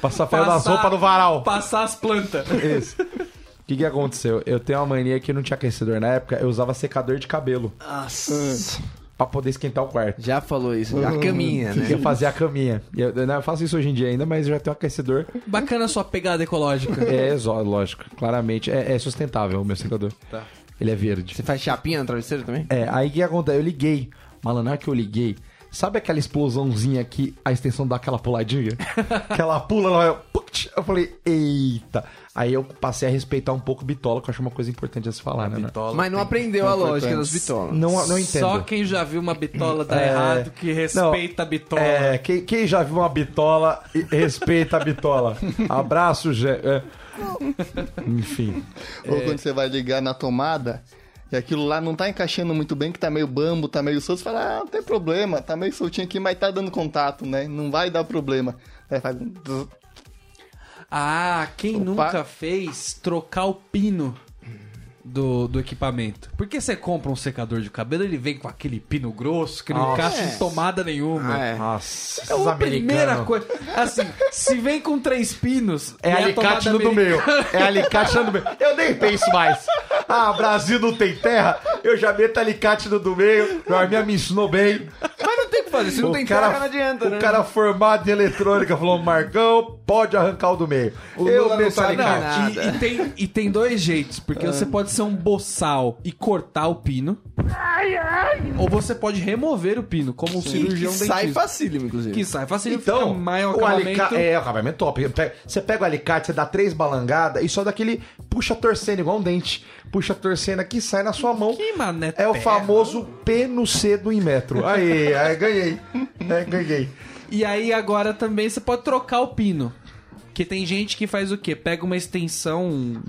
S4: Passar ferro nas roupas no varal.
S2: Passar as plantas.
S4: Isso. O que, que aconteceu? Eu tenho uma mania que não tinha aquecedor na época, eu usava secador de cabelo
S3: Nossa.
S4: pra poder esquentar o quarto.
S3: Já falou isso. A caminha, né?
S4: Eu fazia a caminha. Eu, né, eu não faço isso hoje em dia ainda, mas eu já tenho um aquecedor.
S2: Bacana a sua pegada ecológica.
S4: É exó- lógico, claramente. É, é sustentável o meu secador. Tá. Ele é verde.
S3: Você faz chapinha no travesseiro também?
S4: É, aí o que acontece? Eu liguei. Malandro, na hora que eu liguei, sabe aquela explosãozinha que a extensão dá aquela puladinha? que ela pula, ela vai... puct. Eu falei, eita. Aí eu passei a respeitar um pouco o bitola, que eu acho uma coisa importante a se falar, né? Bitola.
S3: Mas não aprendeu a lógica das bitolas.
S4: Não, não entendo.
S2: Só quem já viu uma bitola dar
S4: É.
S2: errado, que respeita a bitola.
S4: É, quem, quem já viu uma bitola, e- respeita a bitola. Abraço, Gé. é. Enfim.
S1: Ou quando você vai ligar na tomada e aquilo lá não tá encaixando muito bem, que tá meio bambo, tá meio solto, você fala, ah, não tem problema, tá meio soltinho aqui, mas tá dando contato, né? Não vai dar problema. Aí faz um tzz.
S2: Ah, quem
S1: Opa.
S2: nunca fez trocar o pino do, do equipamento? Porque você compra um secador de cabelo, ele vem com aquele pino grosso que não
S4: Nossa.
S2: encaixa em tomada nenhuma.
S3: É. Ah, é.
S4: Nossa,
S2: É
S4: esses
S2: uma primeira
S4: americanos.
S2: coisa. Assim, se vem com três pinos.
S4: É
S2: e a
S4: alicate
S2: tomada
S4: no do meio.
S2: americana-
S4: É alicate no do meio. Eu nem penso mais. Ah, Brasil não tem terra. Eu já meto alicate no do meio. Meu amigo me ensinou bem.
S3: Mas não tem o que fazer. Se não
S4: O
S3: tem
S4: cara-
S3: cara, não adianta,
S4: O
S3: né?
S4: cara formado em eletrônica falou, Marcão, pode arrancar o do meio.
S3: Lula
S4: eu
S3: não tá
S4: meto
S3: sabe
S4: alicate.
S2: Não,
S3: nada.
S2: e, e tem, e tem dois jeitos, porque
S4: Ah.
S2: você pode ser um boçal e cortar o pino, ou você pode remover o pino, como um
S3: Que- que
S2: cirurgião dentista.
S3: sai facílimo, inclusive.
S2: Que sai fácil,
S4: Então,
S2: fica maior
S4: o
S2: acabamento.
S4: alicate. É, o acabamento top. Pe- Você pega o alicate, você dá três balangadas e só daquele puxa torcendo, igual um dente. Puxa torcendo aqui sai na sua mão.
S2: Que mané
S4: É o
S2: terra.
S4: famoso P no C do Inmetro. Aí, aí ganhei. É, ganhei.
S2: E aí agora também você pode trocar o pino. Que tem gente que faz o quê? Pega uma extensão, um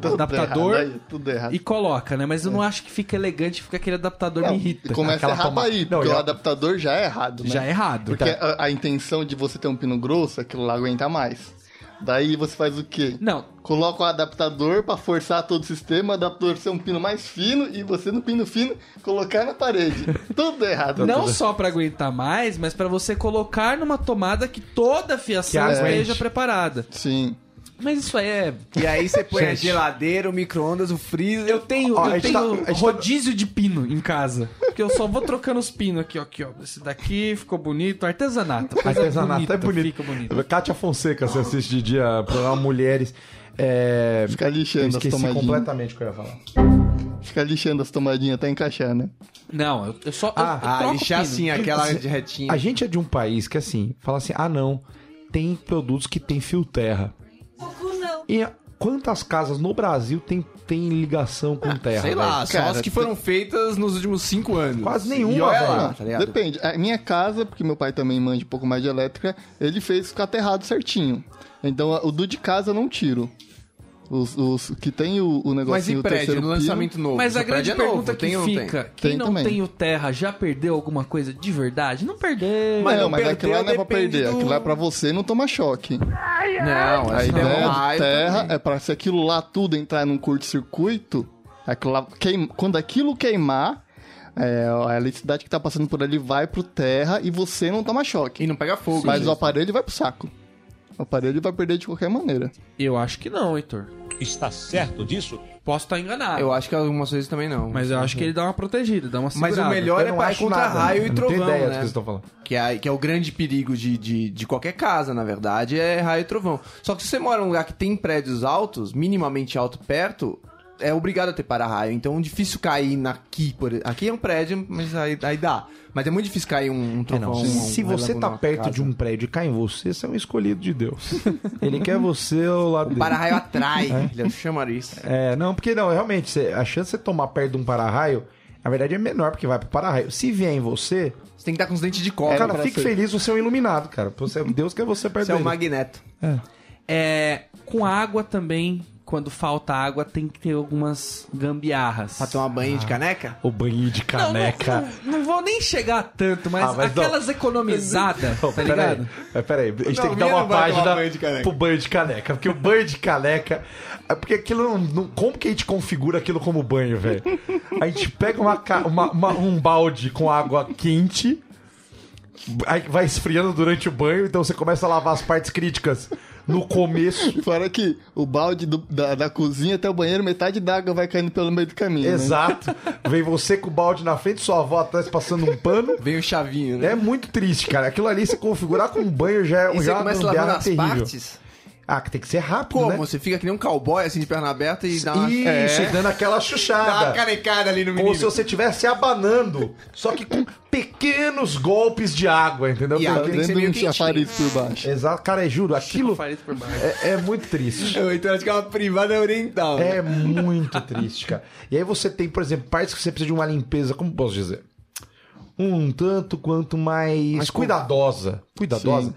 S1: Tudo
S2: adaptador
S1: errado aí, tudo errado.
S2: e coloca, né? Mas eu não acho que fica elegante, fica aquele adaptador me
S1: Não,
S2: irrita.
S1: começa
S4: Aquela
S1: errado
S4: toma-
S1: aí,
S4: Não,
S1: porque
S4: já-
S1: o adaptador já é errado, né?
S2: Já é errado.
S1: Porque
S2: Tá.
S1: a, a intenção de você ter um pino grosso, aquilo lá aguenta mais. Daí você faz o quê?
S2: Não,
S1: Coloca o adaptador pra forçar todo o sistema, o adaptador ser um pino mais fino e você no pino fino colocar na parede. Tudo errado.
S2: Não só pra aguentar mais, mas pra você colocar numa tomada que toda a fiação
S4: Que aguente.
S2: esteja preparada.
S1: Sim.
S2: Mas isso aí é.
S3: E aí você põe a
S4: Gente.
S3: geladeira, o micro-ondas, o freezer.
S2: Eu tenho,
S4: Ó, a
S2: eu
S4: gente tá-
S2: tenho
S4: a gente tá-
S2: rodízio de pino em casa. Porque eu só vou trocando os pinos aqui, ó. Aqui, ó. Esse daqui ficou bonito. Artesanato. Coisa
S4: Artesanato
S2: bonita,
S4: é bonito.
S2: Fica bonito.
S4: Kátia Fonseca, você assiste de dia programa Mulheres. É.
S1: Fica
S4: Eu
S1: lixando as
S4: esqueci
S1: tomadinhas.
S4: completamente o que eu ia falar.
S1: Fica lixando as tomadinhas até encaixar, né?
S2: Não, eu, eu só. eu- eu
S3: Ah,
S2: troco o
S3: lixar
S2: pino.
S3: assim, aquela de retinha.
S4: A gente é de um país que assim, fala assim: ah, não, tem produtos que tem fio terra. E quantas casas no Brasil tem, tem ligação com terra?
S3: Ah, Sei lá, só
S1: Cara,
S3: as que foram feitas nos últimos cinco anos.
S4: Quase
S3: E
S4: nenhuma,
S3: olha
S4: velho.
S3: lá, tá ligado?
S1: Depende. A minha casa, porque meu pai também manja um pouco mais de elétrica, ele fez ficar aterrado certinho. Então a- o do de casa eu não tiro. Os, os que tem o, o
S3: Mas
S1: negocinho
S3: e
S1: assim o
S3: prédio,
S1: terceiro
S3: no
S1: pino,
S3: lançamento novo?
S2: Mas a
S3: Seu prédio
S2: grande
S3: é
S2: pergunta
S3: novo,
S2: que
S3: tem ou não tem?
S2: fica: quem
S1: Tem
S2: não
S1: também.
S2: tem o terra já perdeu alguma coisa de verdade? Não perdeu.
S1: Mas não,
S3: não
S1: mas
S3: perdeu,
S1: aquilo lá não é pra
S3: depende
S1: perder.
S3: do-
S1: Aquilo lá é pra você não tomar choque.
S3: Não,
S1: A
S3: essa
S1: ideia
S3: é um
S1: de
S3: raio
S1: terra
S3: também.
S1: é pra se aquilo lá tudo entrar num curto-circuito, aquilo lá queim- quando aquilo queimar, é, a eletricidade que tá passando por ali vai pro terra e você não toma choque.
S3: E não pega fogo.
S1: Mas
S3: gente.
S1: o aparelho vai pro saco. O aparelho vai perder de qualquer maneira.
S2: Eu acho que não, Heitor.
S6: Está certo disso?
S2: Posso estar enganado.
S3: Eu acho que algumas coisas também não.
S2: Mas eu acho que ele dá uma protegida, dá uma
S3: Mas
S2: segurada.
S3: o melhor é
S4: não
S3: pra
S4: acho
S3: contra
S4: nada.
S3: raio
S4: Eu
S3: e
S4: não tenho
S3: trovão,
S4: ideia do que
S3: né?
S4: vocês estão falando.
S3: Que é, que é o grande perigo de, de, de qualquer casa, na verdade, é raio e trovão. Só que se você mora em um lugar que tem prédios altos, minimamente alto perto, é obrigado a ter para-raio, então é difícil cair naqui. Por... Aqui é um prédio, mas aí, aí dá. Mas é muito difícil cair um, um
S7: É, não.
S3: trovão. um-
S7: Se
S3: um
S7: você
S3: relâmpago
S7: tá
S3: numa
S7: perto
S3: casa.
S7: de um prédio e cai em você, você é um escolhido de Deus. Ele quer você ao lado dele.
S3: Para-raio atrai, ele chama isso.
S7: É, não, porque não, realmente, você- a chance de você tomar perto de um para-raio, na verdade é menor, porque vai pro para-raio. Se vier em você,
S3: Você tem que estar com os dentes de coca.
S7: cara,
S1: pra
S7: fique
S1: ser.
S7: feliz, você é um iluminado, cara. Você, Deus quer você perto
S3: Você é o
S7: dele.
S3: magneto.
S2: É, com água também, quando falta água, tem que ter algumas gambiarras.
S3: Pra tomar banho de caneca?
S4: O banho de
S2: Não, não,
S4: caneca.
S2: não- não vou nem chegar tanto, mas,
S4: Ah, mas não.
S2: aquelas economizadas, tá
S4: peraí,
S2: ligado?
S4: mas peraí, a gente
S3: Não,
S4: tem que dar uma
S3: não vai tomar
S4: página
S3: banho de caneca.
S4: pro banho de caneca. Porque o banho de caneca. É porque aquilo não, não- Como que a gente configura aquilo como banho, velho? A gente pega uma, ca- uma- uma- um balde com água quente, aí vai esfriando durante o banho, então você começa a lavar as partes críticas no começo.
S1: Fora que o balde do- da, da cozinha até o banheiro, metade da água vai caindo pelo meio do caminho. né?
S4: Exato. Vem você com o balde na frente, sua avó atrás passando um pano.
S3: Vem o chavinho, né?
S4: É muito triste, cara. Aquilo ali, se configurar com banho já é
S3: E
S4: um
S3: você
S4: já é uma
S3: começa
S4: gambiarra
S3: lavando as
S4: terrível.
S3: partes?
S4: Ah, que tem que ser rápido,
S3: Como?
S4: né?
S3: Você fica que nem um cowboy, assim, de perna aberta e dá uma...
S4: Isso, dando
S3: É. Dá
S4: aquela
S3: uma
S4: chuchada.
S3: canecada ali no
S4: Como
S3: menino.
S4: se você estivesse abanando, só que com pequenos golpes de água, entendeu?
S3: E água.
S4: Porque-
S3: Tem que ser
S1: Dando
S3: meio
S1: um
S3: quentinho.
S1: chafariz por baixo.
S4: Exato, cara, eu juro, aquilo
S2: Chafariz por baixo.
S4: é, é muito triste.
S3: Eu, Então acho que é uma privada oriental. né?
S4: É muito triste, cara. E aí você tem, por exemplo, partes que você precisa de uma limpeza, como posso dizer? Um tanto quanto mais,
S3: Mais com-
S4: cuidadosa. Cuidadosa.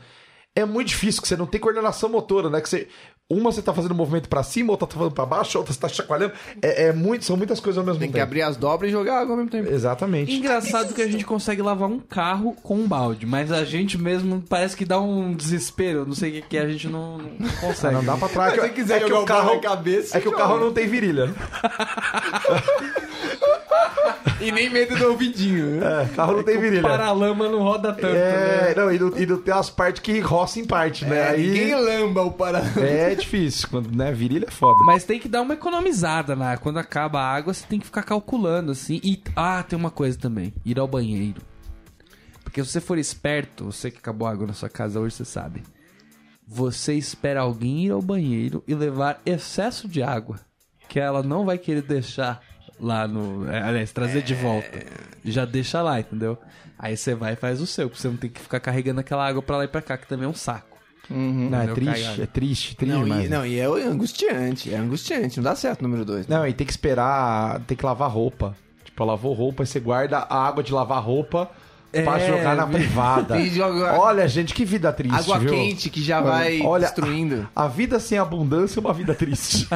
S4: É muito difícil, que você não tem coordenação motora, né? Que você... Uma você tá fazendo movimento pra cima, outra tá fazendo pra baixo, outra você tá chacoalhando. É, é muito, são muitas coisas ao mesmo
S3: Tem que
S4: tempo.
S3: abrir as dobras e jogar água ao mesmo tempo.
S4: Exatamente.
S2: Engraçado que a gente consegue lavar um carro com um balde, mas a gente mesmo parece que dá um desespero, não sei o que que é, a gente não, não
S4: Ah,
S2: consegue.
S4: não dá pra trás.
S3: Se você quiser jogar o carro na cabeça,
S4: é que o carro não tem virilha.
S3: E nem medo do ouvidinho. né?
S4: É, carro não tem
S2: o
S4: virilha.
S2: paralama não roda tanto, né?
S4: É, não, e não, e não tem as partes que roça em parte, né?
S3: É,
S4: Aí
S3: Ninguém lamba o para.
S4: é difícil, quando, né? Virilha é foda.
S2: Mas tem que dar uma economizada, né? Quando acaba a água, você tem que ficar calculando, assim. E, ah, tem uma coisa também. Ir ao banheiro. Porque se você for esperto, você que acabou a água na sua casa hoje, você sabe. Você espera alguém ir ao banheiro e levar excesso de água. Que ela não vai querer deixar lá no... é, Aliás, trazer de volta. Já deixa lá, entendeu? Aí você vai e faz o seu. Porque você não tem que ficar carregando aquela água pra lá e pra cá, que também é um saco.
S4: não, é
S2: Meu
S4: triste,
S2: cagado.
S4: é triste, triste
S3: Não,
S4: demais.
S3: e,
S4: né?
S3: não, e é angustiante. É angustiante. Não dá certo o número né? 2.
S4: Não, e tem que esperar, tem que lavar roupa. Tipo, lavou roupa e você guarda a água de lavar roupa pra
S2: É,
S4: jogar na privada.
S3: E joga-
S4: Olha, gente, que vida triste,
S3: Água
S4: viu?
S3: quente que já vai
S4: Olha,
S3: destruindo.
S4: A vida sem abundância é uma vida triste.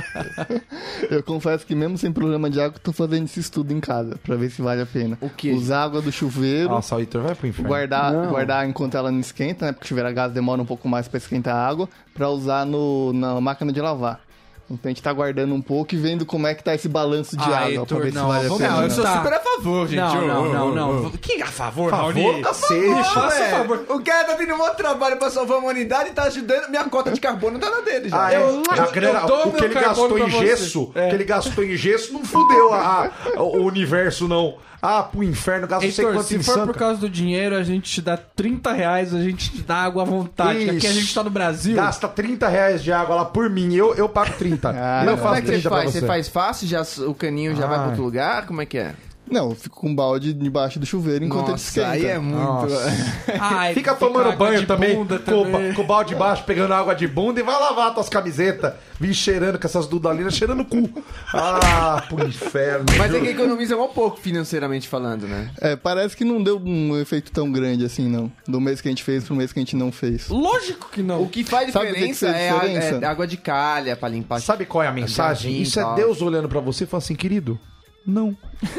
S1: Eu confesso que mesmo sem problema de água, eu tô fazendo esse estudo em casa, pra ver se vale a pena.
S3: O quê?
S1: Usar água do chuveiro,
S4: Nossa, o Heitor vai pro inferno.
S1: guardar, guardar enquanto ela não esquenta, né? Porque o chuveiro a gás demora um pouco mais pra esquentar a água, pra usar no, na máquina de lavar. Então a gente tá guardando um pouco e vendo como é que tá esse balanço de
S2: Ah,
S1: água,
S2: Heitor,
S1: pra ver se
S2: não,
S1: vale a
S2: vamos-
S1: pena.
S2: não,
S1: ou
S2: eu sou- Tá.
S3: a favor, gente.
S2: Não,
S3: Ô,
S2: não,
S3: ô,
S2: não,
S3: ô, ô.
S2: não. Que a favor,
S4: Favor,
S2: Raoni?
S4: cacete.
S2: Faça
S3: É,
S2: favor.
S3: O cara tá tendo um maior trabalho pra salvar a humanidade e tá ajudando. Minha cota de carbono tá na dele já.
S4: Ah, é.
S2: Eu-
S4: A grana-
S2: eu dou
S4: o
S2: meu
S4: que ele
S2: carbono
S4: gastou
S2: pra
S4: em
S2: você. É.
S4: gesso, o que ele gastou em gesso não fudeu a- a- o universo, não. Ah, pro inferno, gasta não sei
S2: Heitor,
S4: quanto
S2: se
S4: em
S2: for
S4: santa.
S2: por causa do dinheiro, a gente te dá 30 reais, a gente te dá água à vontade. que Aqui a
S4: Isso.
S2: gente tá no Brasil.
S4: Gasta 30 reais de água lá por mim, eu, eu pago 30.
S1: Ah,
S4: eu
S1: não.
S4: faço
S3: Como é que
S4: 30
S3: você
S4: pra
S3: faz?
S4: você.
S3: Você faz fácil? Já, o caninho já vai
S4: Ah.
S3: pra outro lugar? Como é que é?
S1: Não, eu fico com um balde debaixo do chuveiro enquanto ele
S3: Nossa,
S1: esquenta.
S3: aí é muito.
S2: Ai,
S4: Fica tomando
S2: água
S4: banho
S2: de
S4: também,
S2: bunda
S4: com, o ba-
S2: também.
S4: com o balde de baixo, pegando água de bunda e vai lavar tuas camisetas. Vim cheirando com essas dudalinas, cheirando o cu. Ah, pro inferno.
S3: Mas é que economiza um pouco financeiramente falando, né?
S1: É, parece que não deu um efeito tão grande assim, não. Do mês que a gente fez pro mês que a gente não fez.
S2: Lógico que não.
S3: O que faz
S1: Sabe o que que
S3: diferença,
S1: fez
S3: é a- é
S1: diferença?
S3: água de calha pra limpar.
S4: Sabe qual é a mensagem?
S3: Jardim,
S4: Isso é
S3: tal.
S4: Deus olhando pra você e falando assim, querido, não.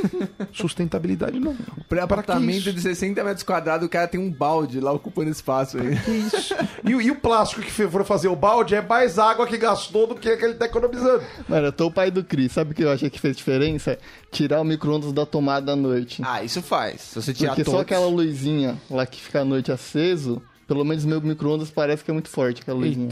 S4: Sustentabilidade não.
S3: Pra
S4: Pra que
S3: apartamento
S4: isso?
S3: de 60 metros quadrados, o cara tem um balde lá ocupando espaço aí.
S4: Que É isso? E, o- e o plástico que for fazer o balde é mais água que gastou do que que ele tá economizando.
S1: Mano, eu tô o pai do Cris. Sabe o que eu achei que fez diferença? Tirar o micro-ondas da tomada à noite.
S3: Ah, isso faz. Se você tirar
S1: Porque só
S3: todos.
S1: aquela luzinha lá que fica à noite aceso, pelo menos meu micro-ondas parece que é muito forte aquela luzinha.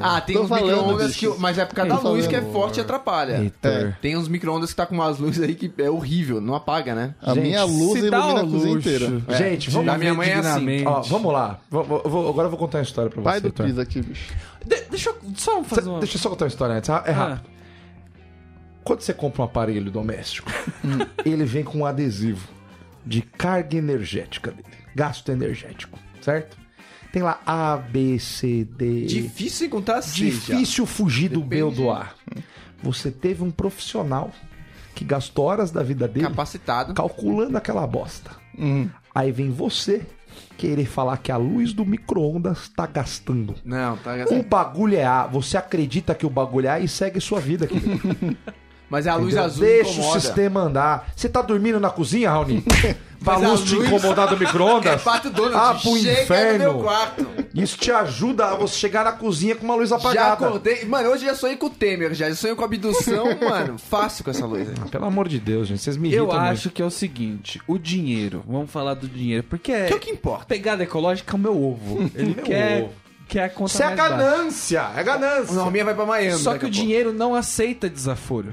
S3: Ah, tem
S1: Tô
S3: uns
S1: falando,
S3: micro-ondas
S1: bicho.
S3: que. Mas é por causa da
S1: Tô
S3: luz que é
S1: falando.
S3: forte e atrapalha.
S1: É.
S3: Tem uns micro-ondas que tá com umas luzes aí que é horrível, não apaga, né?
S1: A minha luz
S2: se dá
S1: ilumina a
S2: ao
S1: cozinha
S2: luxo.
S1: inteira.
S2: É,
S4: Gente, vamos
S3: da minha mãe é assim.
S2: dignamente.
S4: Ó, vamos lá. Vou- vou- vou- agora eu vou contar uma história pra
S1: Pai
S4: você. tá?
S1: do
S4: Heitor.
S1: Cris aqui, bicho.
S2: De- deixa eu só fazer
S4: Cê-
S2: uma...
S4: Deixa eu só contar uma história antes. É rápido.
S2: Ah,
S4: ah, Quando você compra um aparelho doméstico, ele vem com um adesivo de carga energética dele, gasto energético, certo? Tem lá A, B, C, D. E.
S3: Difícil encontrar
S1: assim,
S3: C.
S4: Difícil fugir do B ou do A. Você teve um profissional que gastou horas da vida
S3: já.
S4: dele
S3: Capacitado.
S4: calculando aquela bosta.
S2: Hum.
S4: Aí vem você querer falar que a luz do micro-ondas tá gastando.
S3: Não, tá
S1: Um
S4: O bagulho é A. Você acredita que o bagulho é A e segue sua vida, querido.
S3: Mas é a luz
S4: Entendeu?
S3: azul
S4: Deixa
S3: incomoda.
S4: o sistema andar. Você tá dormindo na cozinha, Raoni? Pra
S3: Mas a
S4: luz te
S3: luz-
S4: incomodar do
S3: É
S4: micro-ondas?
S3: fato dono,
S4: Ah, pro
S3: chega no
S4: inferno.
S3: meu quarto.
S4: Isso te ajuda a você chegar na cozinha com uma luz
S3: Já
S4: apagada.
S3: acordei. Mano, hoje eu já sonhei com o Temer, já. Já sonhei com abdução, mano. Fácil com essa luz aí.
S4: Pelo amor de Deus, gente. Vocês me irritam
S2: Eu
S4: muito.
S2: acho que é o seguinte, o dinheiro, vamos falar do dinheiro, porque é,
S3: Que é o que importa.
S2: pegada ecológica é o meu ovo. Ele quer,
S4: ovo.
S2: quer a conta
S4: Isso
S2: Tá
S4: é
S2: mais baixa.
S4: ganância. É
S3: O
S4: ganância.
S3: Norminha vai pra Miami.
S4: né,
S2: Só
S3: daqui
S2: que
S3: a
S2: o
S3: pouco.
S2: dinheiro não aceita desaforo.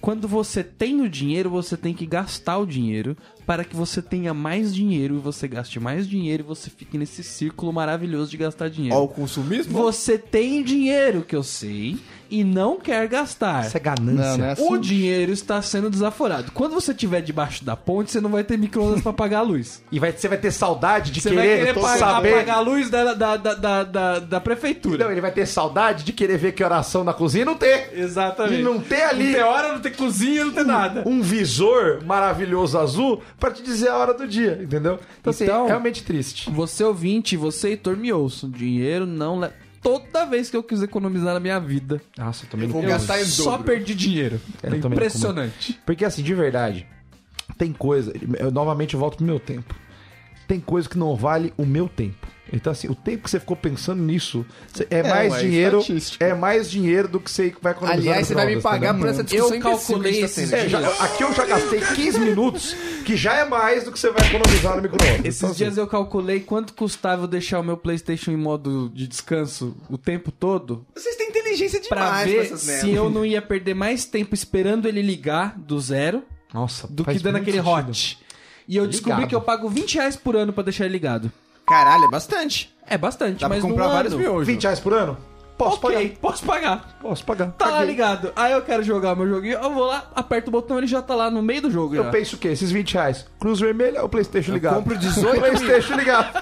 S2: Quando você tem o dinheiro, você tem que gastar o dinheiro para que você tenha mais dinheiro e você gaste mais dinheiro e você fique nesse círculo maravilhoso de gastar dinheiro.
S3: Ó, o consumismo.
S2: Você tem dinheiro, que eu sei, e não quer gastar.
S4: Isso é ganância.
S1: Não, não é assim.
S2: O dinheiro está sendo desaforado. Quando você estiver debaixo da ponte, você não vai ter micro-ondas pra pagar a luz.
S4: E vai- você vai ter saudade de
S2: Você vai
S4: querer,
S2: querer
S4: tô
S2: pagar,
S4: saber.
S2: apagar a luz da, da, da, da, da, da prefeitura.
S4: Não, ele vai ter saudade de querer ver que oração na cozinha e não ter.
S2: Exatamente.
S4: De não ter ali.
S2: Não tem hora, não tem cozinha, não tem nada.
S4: um visor maravilhoso azul pra te dizer a hora do dia, entendeu? Então, assim,
S2: Então-
S4: é realmente triste.
S2: Você ouvinte, você Heitor me ouçam. Dinheiro não leva. Toda vez que eu quis economizar na minha vida,
S4: Nossa, eu também
S3: Vou
S4: não
S3: gastar em
S2: só
S3: dobro.
S2: perdi dinheiro.
S4: É, Eu também não
S2: Impressionante.
S4: Porque assim, de verdade, tem coisa. Eu novamente volto pro meu tempo. Tem coisa que não vale o meu tempo. Então, assim, o tempo que você ficou pensando nisso cê- é, mais
S1: ué,
S4: dinheiro.
S1: estatística.
S4: É mais dinheiro do que você vai economizar.
S3: Aliás,
S4: no
S3: você vai me
S4: Fraldas,
S3: pagar
S4: entendeu?
S3: por essa
S2: Eu
S3: discussão
S2: calculei
S3: imbecil que a gente
S2: esses
S3: tá
S4: É,
S3: tendo.
S4: já- aqui eu já gastei 15 minutos, que já é mais do que você vai economizar no micro-ondas.
S2: Esses
S4: Então, assim,
S2: dias eu calculei quanto custava eu deixar o meu PlayStation em modo de descanso o tempo todo
S3: Vocês têm inteligência
S2: pra
S3: demais pra
S2: ver
S3: essas
S2: se
S3: merdas.
S2: eu não ia perder mais tempo esperando ele ligar do zero
S4: Nossa,
S2: do
S4: faz
S2: que dando
S4: muito
S2: aquele
S4: sentido.
S2: hot. E eu descobri
S4: Ligado.
S2: que eu pago 20 reais por ano pra deixar ele ligado.
S3: Caralho, é bastante.
S2: É bastante,
S3: Dá pra
S2: mas num
S3: comprar
S2: ano...
S3: vários miojos.
S4: 20 reais por ano? Posso
S2: Ok, posso pagar.
S4: pagar. Posso pagar.
S2: Tá lá
S4: Paguei.
S2: ligado. Aí eu quero jogar meu joguinho, eu vou lá, aperto o botão, ele já tá lá no meio do jogo.
S4: Eu
S2: já.
S4: penso o quê? Esses 20 reais? Cruz vermelha ou Playstation ligado?
S3: compro 18 mil.
S4: Playstation ligado.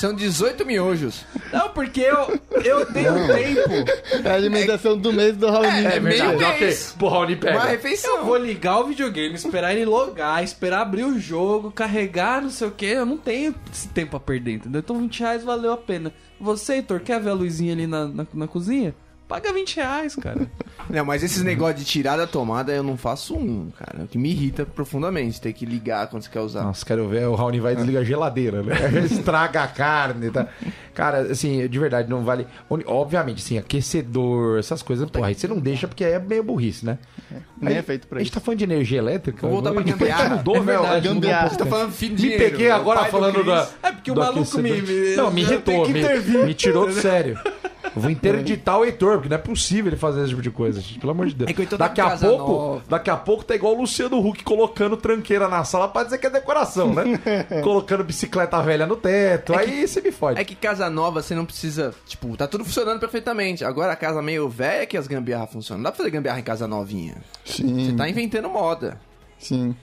S3: São 18 miojos.
S2: Não, porque eu, eu tenho tempo.
S1: É a alimentação do mês do Raoni.
S3: É meio
S4: Verdade,
S3: mês.
S4: ok. É. Porra, Raoni
S3: Uma
S4: pega.
S2: Eu
S3: refeição.
S2: vou ligar o videogame, esperar ele logar, esperar abrir o jogo, carregar, não sei o que. Eu não tenho esse tempo a perder, entendeu? Então 20 reais valeu a pena. Você, Heitor, quer ver a luzinha ali na, na, na cozinha? Paga 20 reais, cara.
S3: Não, mas esses negócios de tirar da tomada eu não faço um, cara. O que me irrita profundamente. Tem que ligar quando você quer usar.
S4: Nossa, quero ver. O Raoni vai desligar a geladeira, né? Estraga a carne, tá? Cara, assim, de verdade, não vale. Oni- Obviamente, assim, aquecedor, essas coisas, porra, aí você não deixa porque aí é meio burrice, né?
S1: Nem
S4: Aí,
S1: é feito pra
S4: A gente
S1: isso.
S4: tá falando de energia elétrica.
S3: Vou voltar
S4: agora.
S3: pra gambiarra.
S4: Mudou, né?
S1: verdade,
S4: Mudou um pouco.
S1: gambiarra. Você
S3: Tá falando fim de
S4: Me
S3: dinheiro,
S4: peguei
S2: né?
S3: meu
S4: agora
S3: pai do
S4: falando
S3: Cris.
S4: da.
S2: É porque o
S4: do
S2: maluco me-
S4: aquecedor. Não, me
S2: eu tenho
S4: irritou,
S2: que
S4: me,
S2: intervir.
S4: me tirou do sério. Eu Vou interditar o Heitor, porque não é possível ele fazer esse tipo de coisa, gente. Pelo amor de Deus.
S3: É que o Heitor tá
S4: daqui,
S3: com
S4: a
S3: casa
S4: pouco,
S3: nova.
S4: daqui a pouco tá igual o Luciano Huck colocando tranqueira na sala pra dizer que é decoração, né? colocando bicicleta velha no teto. aí você me fode.
S3: É que casa nova você não precisa. Tipo, tá tudo funcionando perfeitamente. Agora a casa meio velha é que as gambiarra funcionam. Não dá pra fazer gambiarra em casa novinha.
S1: Sim,
S3: Tá inventando moda.
S1: sim.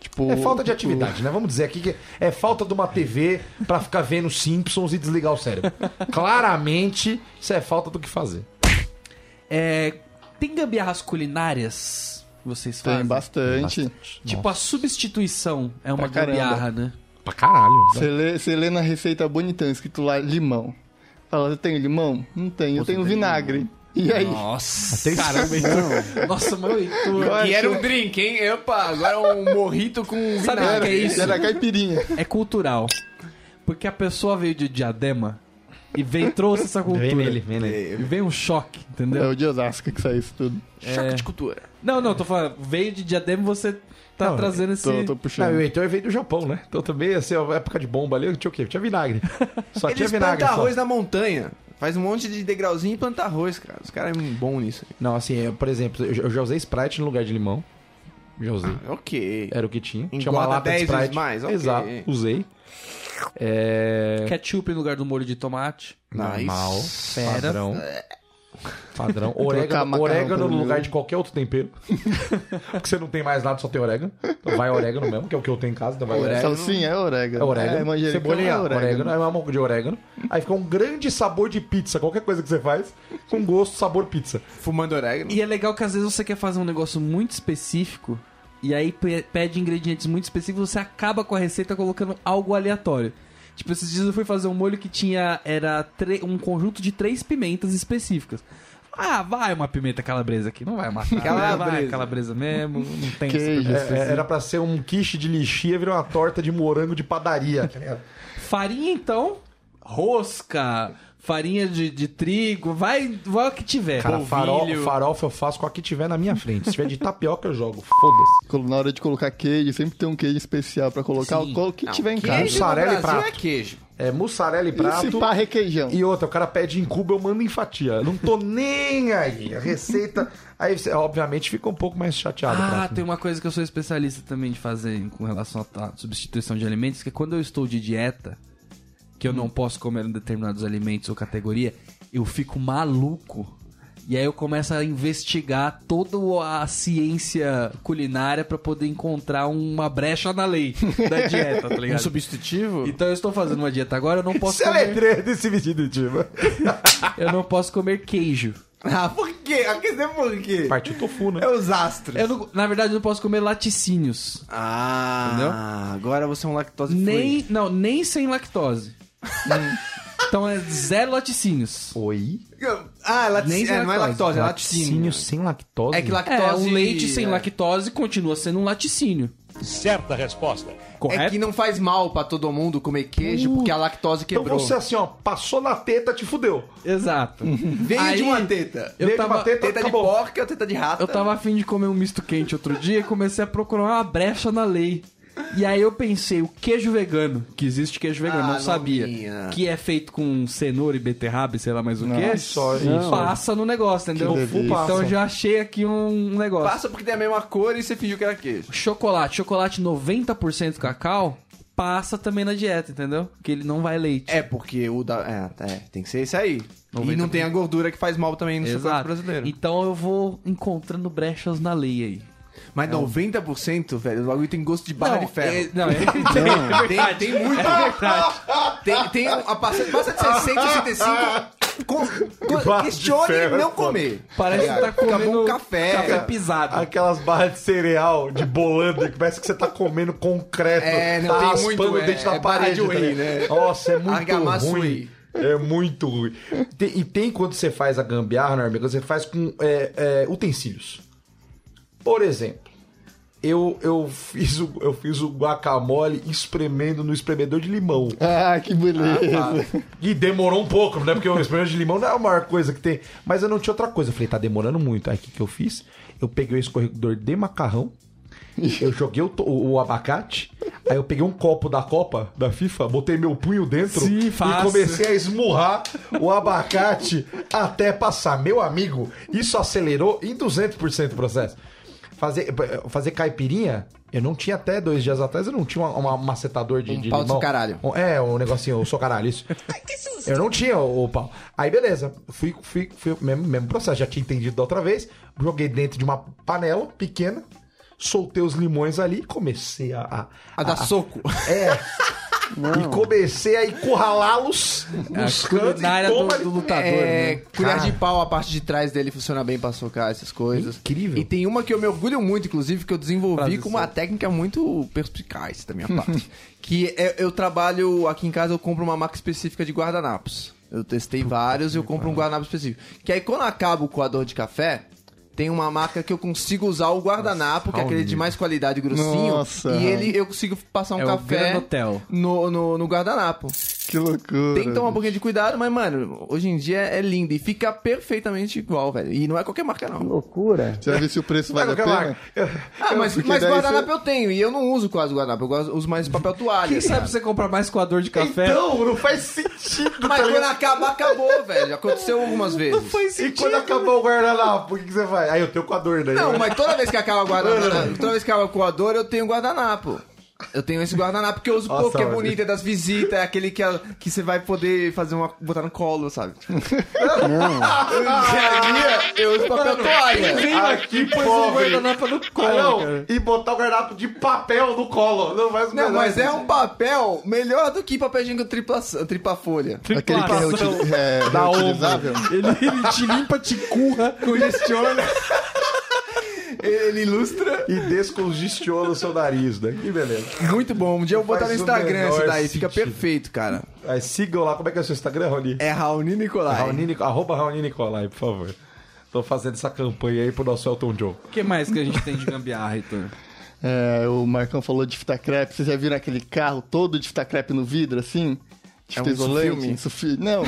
S1: Tipo,
S4: É falta de
S1: o-
S4: atividade, né? Vamos dizer aqui que é falta de uma TV pra ficar vendo Simpsons e desligar o cérebro. Claramente, isso é falta do que fazer.
S2: É, tem gambiarras culinárias que vocês fazem?
S1: Tem bastante.
S2: Tipo, a substituição é uma
S1: Pra caramba.
S2: gambiarra, né?
S4: Pra caralho.
S1: Você lê, você lê na receita bonitão, escrito lá limão. Fala, eu tenho limão? Não tenho, eu tenho vinagre. E aí?
S2: Nossa, caramba, então. Nossa, meu Heitor.
S1: Agora-
S3: E era um drink, hein? Opa, agora é um morrito com
S2: Sabe
S3: vinagre.
S2: o que é isso?
S1: Era caipirinha.
S2: É cultural. Porque a pessoa veio de diadema e veio, trouxe essa cultura.
S4: vem
S2: E veio um choque,
S1: É
S2: entendeu?
S1: o de Osasco que saiu isso tudo.
S3: Choque de cultura.
S2: Não, não, tô falando, veio de diadema e você tá
S4: Não,
S2: trazendo esse.
S1: Tô, tô
S4: Não, e
S1: puxando.
S4: o Heitor veio do Japão, né? Então também, assim, a época de bomba ali, tinha o quê? Tinha vinagre. Só tinha
S3: Eles
S4: vinagre.
S3: plantam
S4: Só.
S3: arroz na montanha. Faz um monte de degrauzinho e planta arroz, cara. Os caras é bom nisso.
S4: Não, assim, eu, por exemplo, eu já- eu já usei Sprite no lugar de limão. Já usei.
S3: Ok.
S4: Era o que tinha. tinha
S3: Engorda
S4: uma lata
S3: 10
S4: de
S3: vezes
S4: Sprite.
S3: mais, ok.
S4: Exato, usei. É...
S2: Ketchup em lugar do molho de tomate.
S3: Nice.
S4: Normal,
S2: Fera.
S4: padrão. Padrão.
S1: Trocar
S4: Orégano,
S1: macarrão
S4: orégano
S1: pelo
S4: no lugar
S1: milho.
S4: de qualquer outro tempero. Porque você não tem mais nada, só tem orégano. Então vai orégano mesmo, que é o que eu tenho em casa. Então vai orégano.
S1: Salsinha é orégano.
S4: É orégano,
S1: É manjericão,
S4: cebolinha,
S1: é
S4: orégano.
S1: orégano.
S4: é uma mão de orégano. Aí fica um grande sabor de pizza, qualquer coisa que você faz, com gosto, sabor pizza.
S3: Fumando orégano.
S2: E é legal que às vezes você quer fazer um negócio muito específico e aí pe- pede ingredientes muito específicos, você acaba com a receita colocando algo aleatório. Tipo, esses dias eu fui fazer um molho que tinha era tre- um conjunto de três pimentas específicas. Ah, vai uma pimenta calabresa aqui, não vai matar. Calabresa. Vai
S3: Calabresa.
S2: calabresa mesmo, não tem
S1: Queijo.
S4: É, é, era pra ser um quiche de lixia, virou uma torta de morango de padaria. tá ligado?
S2: Farinha, então, rosca, farinha de, de trigo, vai, vai o que tiver.
S4: Cara, farol,
S2: Polvilho.
S4: farofa eu faço com a que tiver na minha frente. Se tiver de tapioca, eu jogo. Foda-se.
S1: Na hora de colocar queijo, sempre tem um queijo especial pra colocar
S2: Sim.
S1: o colo que tiver em
S3: Queijo
S1: casa.
S3: no
S4: Mussarela e
S3: Brasil
S4: prato.
S3: é queijo.
S4: É mussarela e
S1: E se
S4: prato.
S1: pá, requeijão.
S4: E outra, o cara pede em Cuba, eu mando em fatia. Eu Não tô nem aí. A receita. Aí você, obviamente, fica um pouco mais chateado.
S2: Ah,
S4: prato.
S2: tem uma coisa que eu sou especialista também de fazer com relação à substituição de alimentos, que é quando eu estou de dieta, que eu não posso comer determinados alimentos ou categoria, eu fico maluco. E aí eu começo a investigar toda a ciência culinária pra poder encontrar uma brecha na lei da dieta, tá
S3: Um
S2: ligado?
S3: substitutivo?
S2: Então eu estou fazendo uma dieta agora, eu não posso
S4: Você é
S2: comer,
S4: letreiro desse vestido, tipo.
S2: eu não posso comer queijo.
S3: Ah, por quê? A questão é por quê?
S4: Partiu tofu, né?
S3: É os astros.
S2: Eu não- na verdade eu não posso comer laticínios.
S3: Ah,
S2: Entendeu?
S3: agora você é um lactose free.
S2: Nem, não, nem sem lactose. então é zero laticínios.
S4: Oi?
S3: Ah, é
S2: Nem
S3: laticínio.
S2: sem
S3: É, não é
S2: lactose.
S3: lactose, é
S4: Laticínio
S3: laticínio.
S4: sem lactose?
S3: É que lactose...
S2: É, um leite sem
S3: é.
S2: lactose continua sendo um laticínio.
S6: Certa resposta.
S2: Correto?
S3: É que não faz mal pra todo mundo comer queijo, porque a lactose
S4: Então
S3: quebrou.
S4: você assim, ó, passou na teta, te fudeu.
S2: Exto.
S3: Veio
S2: Aí-
S3: de uma teta.
S2: Eu
S4: Veio de
S2: tava-
S4: uma teta,
S3: Teta de
S4: acabou.
S3: porca ou teta de rato?
S2: Eu tava afim de comer um misto quente outro dia e comecei a procurar uma brecha na lei. E aí eu pensei, o queijo vegano, que existe queijo vegano,
S3: Ah,
S2: não
S3: não
S2: sabia.
S3: vinha.
S2: Que é feito com cenoura e beterraba e sei lá mais o que.
S4: Isso, isso.
S2: Passa no negócio, entendeu?
S1: Que
S2: Então
S1: delícia.
S2: eu já achei aqui um negócio.
S3: Passa porque tem a mesma cor e você fingiu que era queijo.
S2: Chocolate, chocolate 90% cacau, passa também na dieta, entendeu? Porque ele não vai leite.
S3: É, porque o da... É, é, tem que ser esse aí. E
S2: 90.
S3: não tem a gordura que faz mal também no chocolate brasileiro.
S2: Então eu vou encontrando brechas na lei aí.
S3: Mas 90%, velho, o bagulho tem gosto de barra de ferro.
S2: É, um não, é,
S3: Tem, tem muito. É Tem, tem um- a passa, passa de 665. Com, com,
S4: Barra de ferro
S3: questione
S4: é
S3: não
S4: foda.
S3: comer.
S2: parece que tá comendo
S3: Acabou um café.
S2: café pisado.
S4: Aquelas barras de cereal, de bolando, que parece que você tá comendo concreto.
S3: É, não,
S4: tá
S3: tem
S4: raspando
S3: muito,
S4: o dente
S3: é-
S4: da
S3: é barra
S4: parede.
S3: de whey,
S4: tá ligado?
S3: né?
S4: Nossa, é muito
S3: Argamassa
S4: ruim.
S3: whey.
S4: É muito ruim. Tem- e tem quando você faz a gambiarra, né, amigo? Você faz com é, é, utensílios. Por exemplo, eu, eu, fiz o, eu fiz o guacamole espremendo no espremedor de limão.
S1: Ah, que beleza.
S4: E demorou um pouco, né? Porque o espremedor de limão não é a maior coisa que tem. Mas eu não tinha outra coisa. Eu falei, tá demorando muito. Aí o que, que eu fiz? Eu peguei o escorredor de macarrão. Eu joguei o, to- o- o abacate. Aí eu peguei um copo da Copa, da FIFA, botei meu punho dentro
S2: Sim,
S4: e
S2: fácil.
S4: comecei a esmurrar o abacate até passar. Meu amigo, isso acelerou em 200% o processo. Fazer, fazer caipirinha, eu não tinha até dois dias atrás, eu não tinha uma- uma- um macetador de,
S3: Um
S4: de
S3: pau do
S4: limão.
S3: seu caralho.
S4: É, o negocinho, eu sou caralho, isso. Eu não tinha o, o pau. Aí, beleza. Fui, fui, fui mesmo, mesmo processo. Já tinha entendido da outra vez. Joguei dentro de uma panela pequena. Soltei os limões ali. Comecei a... A,
S3: A dar soco.
S4: É. E comecei a encurralá-los nos
S2: A
S4: cantos. e
S2: culinária do,
S4: toma-
S2: do lutador,
S3: é,
S2: né?
S3: colher
S4: Cara.
S3: de pau, a parte de trás dele funciona bem pra socar essas coisas.
S4: Incrível.
S3: E tem uma que eu me orgulho muito, inclusive, que eu desenvolvi
S2: Frase
S3: com uma
S2: certa.
S3: técnica muito perspicaz da minha parte. que é- eu trabalho aqui em casa, eu compro uma marca específica de guardanapos. Eu testei vários e eu compro um guardanapo específico. Que aí quando acaba o coador de café, tem uma marca que eu consigo usar o guardanapo, que é aquele de mais qualidade grossinho.
S1: Nossa.
S3: E ele eu consigo passar um
S2: É o
S3: café
S2: Granotel.
S3: no- no, no guardanapo.
S1: Que loucura.
S3: Tem que tomar um pouquinho de cuidado, mas, mano, hoje em dia é lindo e fica perfeitamente igual, velho. E não é qualquer marca, não.
S5: Loucura.
S1: Você vai ver se o preço vale a
S4: Qualquer
S1: pena?
S4: marca.
S3: Ah, mas,
S1: porque
S3: mas
S1: daí
S3: guardanapo
S1: você-
S3: eu tenho, e eu não uso quase guardanapo, eu gosto- uso mais papel toalha.
S2: Quem
S3: cara.
S2: sabe você comprar mais coador de café?
S4: Então, não faz sentido,
S3: Mas
S4: tá
S3: quando
S4: ligado?
S3: acaba, acabou, velher. Aconteceu algumas vezes. Não,
S4: E quando acabar o guardanapo, o que, que você faz? Aí eu tenho com a dor daí. né?
S3: mas toda vez que acaba o guardanapo, toda vez que acaba o coador, eu tenho guardanapo. Eu tenho esse guardanapo que eu uso
S4: Nossa,
S3: pouco, que é
S4: olha.
S3: bonito, é das visitas, é aquele que, é- que você vai poder fazer uma. botar no colo, sabe? Não. dia a dia, eu uso papel toalha.
S4: Aqui põe o guardanapo no colo. Ah, e botar o guardanapo de papel no colo. Não faz o
S3: Não,
S4: menor
S3: mas é
S4: sentido.
S3: um papel melhor do que papel higiênico tripla, tripa folha.
S1: Aquele que é, reutil, é reutilizável.
S2: Ele, ele te limpa, te curra.
S3: Congestiona. Ele ilustra.
S4: E descongestiona o seu nariz, né? Que beleza.
S3: Muito bom. Um dia eu vou botar no
S4: Faz o
S3: Instagram isso
S4: menor
S3: daí. Fica
S4: sentido.
S3: perfeito, cara.
S4: Aí sigam lá. Como é que é o seu Instagram, Raoni?
S3: É Raoni Nicolai.
S4: Raoni, Nic- arroba Raoni Nicolai, por favor. Tô fazendo essa campanha aí pro nosso Elton John.
S2: O que mais que a gente tem de gambiarra, Heitor?
S1: É, o Marcão falou de fita crepe. Vocês já viram aquele carro todo de fita crepe no vidro, assim? De fita
S3: um
S1: isolante?
S3: filme?
S1: Isso fi- Não.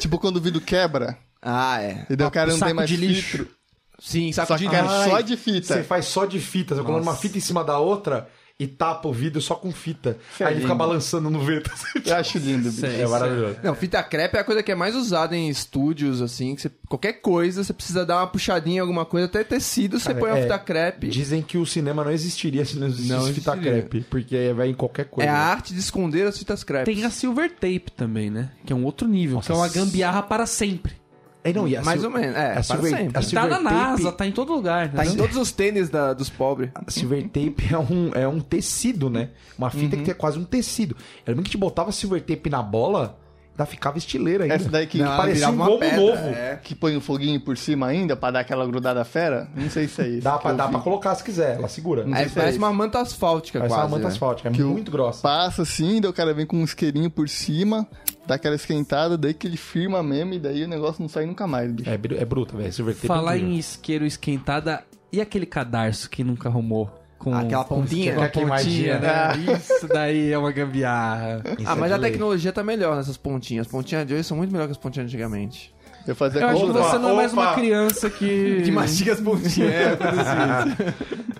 S1: tipo quando o vidro quebra.
S3: Ah, é.
S1: E daí o cara não
S2: saco
S1: tem mais
S2: de lixo.
S1: filtro.
S3: Sim, saco
S1: Só
S3: de
S1: que é
S3: lixo.
S1: só de fita.
S4: Você faz só de fita. Você coloca uma fita em cima da outra e tapa o vidro só com fita. aí ele fica balançando no vento.
S1: Eu acho lindo, bicho.
S4: É maravilhoso.
S3: Não, fita crepe é a coisa que é mais usada em estúdios, assim. que você- qualquer coisa, você precisa dar uma puxadinha em alguma coisa. Até tecido, você põe uma
S4: é.
S3: fita crepe.
S4: Dizem que o cinema não existiria se não existisse
S3: Não
S4: fita
S3: existiria.
S4: crepe, porque vai em qualquer
S3: É
S4: coisa.
S3: a arte de esconder as fitas crepe.
S2: Tem a silver tape também, né? Que é um outro nível. que é uma gambiarra para sempre.
S4: É, não, e a
S3: Mais
S4: sil-
S3: ou menos. É,
S4: a
S3: para
S4: silver-
S3: sempre.
S4: a
S2: Tá na
S4: silver tape-
S2: NASA, tá em todo lugar.
S3: Tá em
S2: entendeu?
S3: todos os tênis da- dos pobres.
S4: A silver tape é um, é um tecido, né? Uma fita
S3: Uhum.
S4: que é quase um tecido. Eu lembro que te botava silver tape na bola, ainda ficava estileira ainda.
S1: Essa daí que,
S3: Não,
S1: parece-
S4: parecia
S3: virava
S4: um
S3: uma
S4: gomo
S3: pedra,
S4: novo.
S3: é.
S1: que põe um foguinho por cima ainda pra dar aquela grudada fera. Não sei se é isso.
S4: Dá,
S1: que
S4: pra,
S1: eu
S4: dá
S1: vi.
S4: pra colocar se quiser, ela segura.
S1: Não
S3: Aí
S1: sei se é
S3: parece
S1: isso.
S3: uma manta asfáltica
S4: Parece
S3: quase.
S4: uma manta
S3: né?
S4: asfáltica, é
S1: Que o-
S4: muito grossa.
S1: Passa assim, daí o cara vem com um isqueirinho por cima, dá aquela esquentada, daí que ele firma mesmo, e daí o negócio não sai nunca mais, bicho.
S4: É, bru- é bruta, velho. Silver tape é
S2: Falar
S4: incrível.
S2: em isqueiro esquentada e aquele cadarço que nunca arrumou? Com,
S3: Aquela
S2: com
S3: pontinha?
S2: isqueiro,
S4: Aquela
S2: com a pontinha,
S4: queimadinha,
S2: né? Isso daí é uma gambiarra.
S3: Ah, mas
S4: é
S3: a
S4: de lei.
S3: tecnologia tá melhor nessas pontinhas. As pontinhas de hoje são muito melhor que as pontinhas antigamente.
S1: Eu fazia
S2: Eu acho que
S1: conta-
S2: você não é mais uma
S4: opa.
S2: criança que...
S3: mastiga as pontinhas.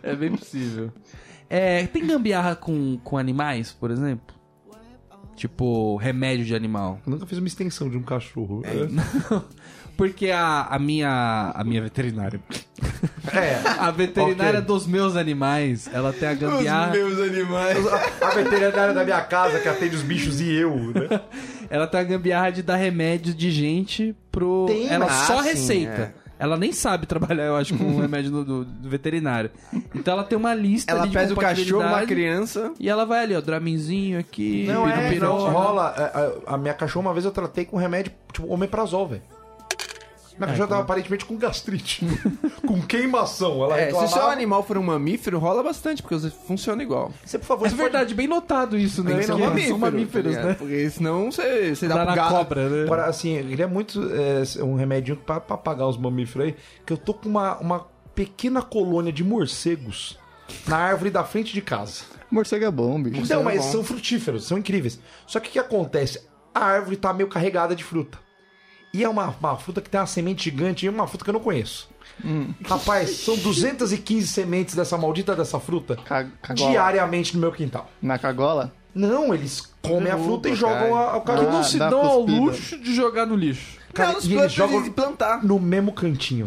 S2: É bem possível. É, tem gambiarra com, com animais, por exemplo? Tipo, remédio de animal.
S4: Eu nunca fiz uma extensão de um cachorro.
S2: É. Porque a, a minha. A minha veterinária.
S4: É.
S2: A veterinária
S4: Ok.
S2: dos meus animais, ela tem a gambiarra.
S3: meus animais.
S4: É. A veterinária da minha casa que atende os bichos e eu, né?
S2: Ela tem a gambiarra de dar remédio de gente pro.
S3: Tem,
S2: ela
S3: ah,
S2: só
S3: sim,
S2: receita. Ela nem sabe trabalhar, eu acho, com o remédio do, do- do veterinário. Então ela tem uma lista
S3: Ela
S2: ali de
S3: pede o cachorro, uma
S2: compatibilidade
S3: criança.
S2: E ela vai ali, ó, draminzinho aqui,
S4: Não, é, não
S2: pirona.
S4: rola. A- A, a minha cachorra uma vez eu tratei com remédio, tipo, omeprazol, velho. Minha
S2: É,
S4: cachorra
S2: então.
S4: tava aparentemente com gastrite. com queimação. Ela
S3: É, se o
S4: reclamava.
S3: seu animal for um mamífero, rola bastante, porque você- funciona igual.
S4: Você, por favor,
S2: É
S4: se for-
S2: verdade, bem notado isso, né?
S4: Bem
S2: Porque
S4: notado.
S2: São mamíferos,
S3: tá
S2: né?
S3: ligado? Porque senão você, você dá,
S2: Dá
S3: pro
S2: na
S3: gato.
S2: cobra, né?
S4: Agora, assim, ele é muito é, um remedinho pra, pra pagar os mamíferos aí, que eu tô com uma, uma pequena colônia de morcegos na árvore da frente de casa.
S1: Morcego é bom, bicho.
S4: Não, mas
S3: bom.
S4: são frutíferos, são incríveis. Só que o que acontece? A árvore tá meio carregada de fruta. E é uma, uma fruta que tem uma semente gigante e é uma fruta que eu não conheço.
S1: Hum.
S4: Rapaz, são 215 sementes dessa maldita dessa fruta
S1: Ca- cagola.
S4: diariamente no meu quintal.
S1: Na cagola?
S4: Não, eles comem a fruta e jogam a, a
S1: Ah,
S4: caroço.
S2: se
S1: dá
S2: dão ao
S1: cuspida.
S2: luxo de jogar no lixo.
S4: Cara,
S3: Cara, os
S4: e eles
S3: plantas
S4: jogam-
S3: de plantar.
S4: no mesmo cantinho,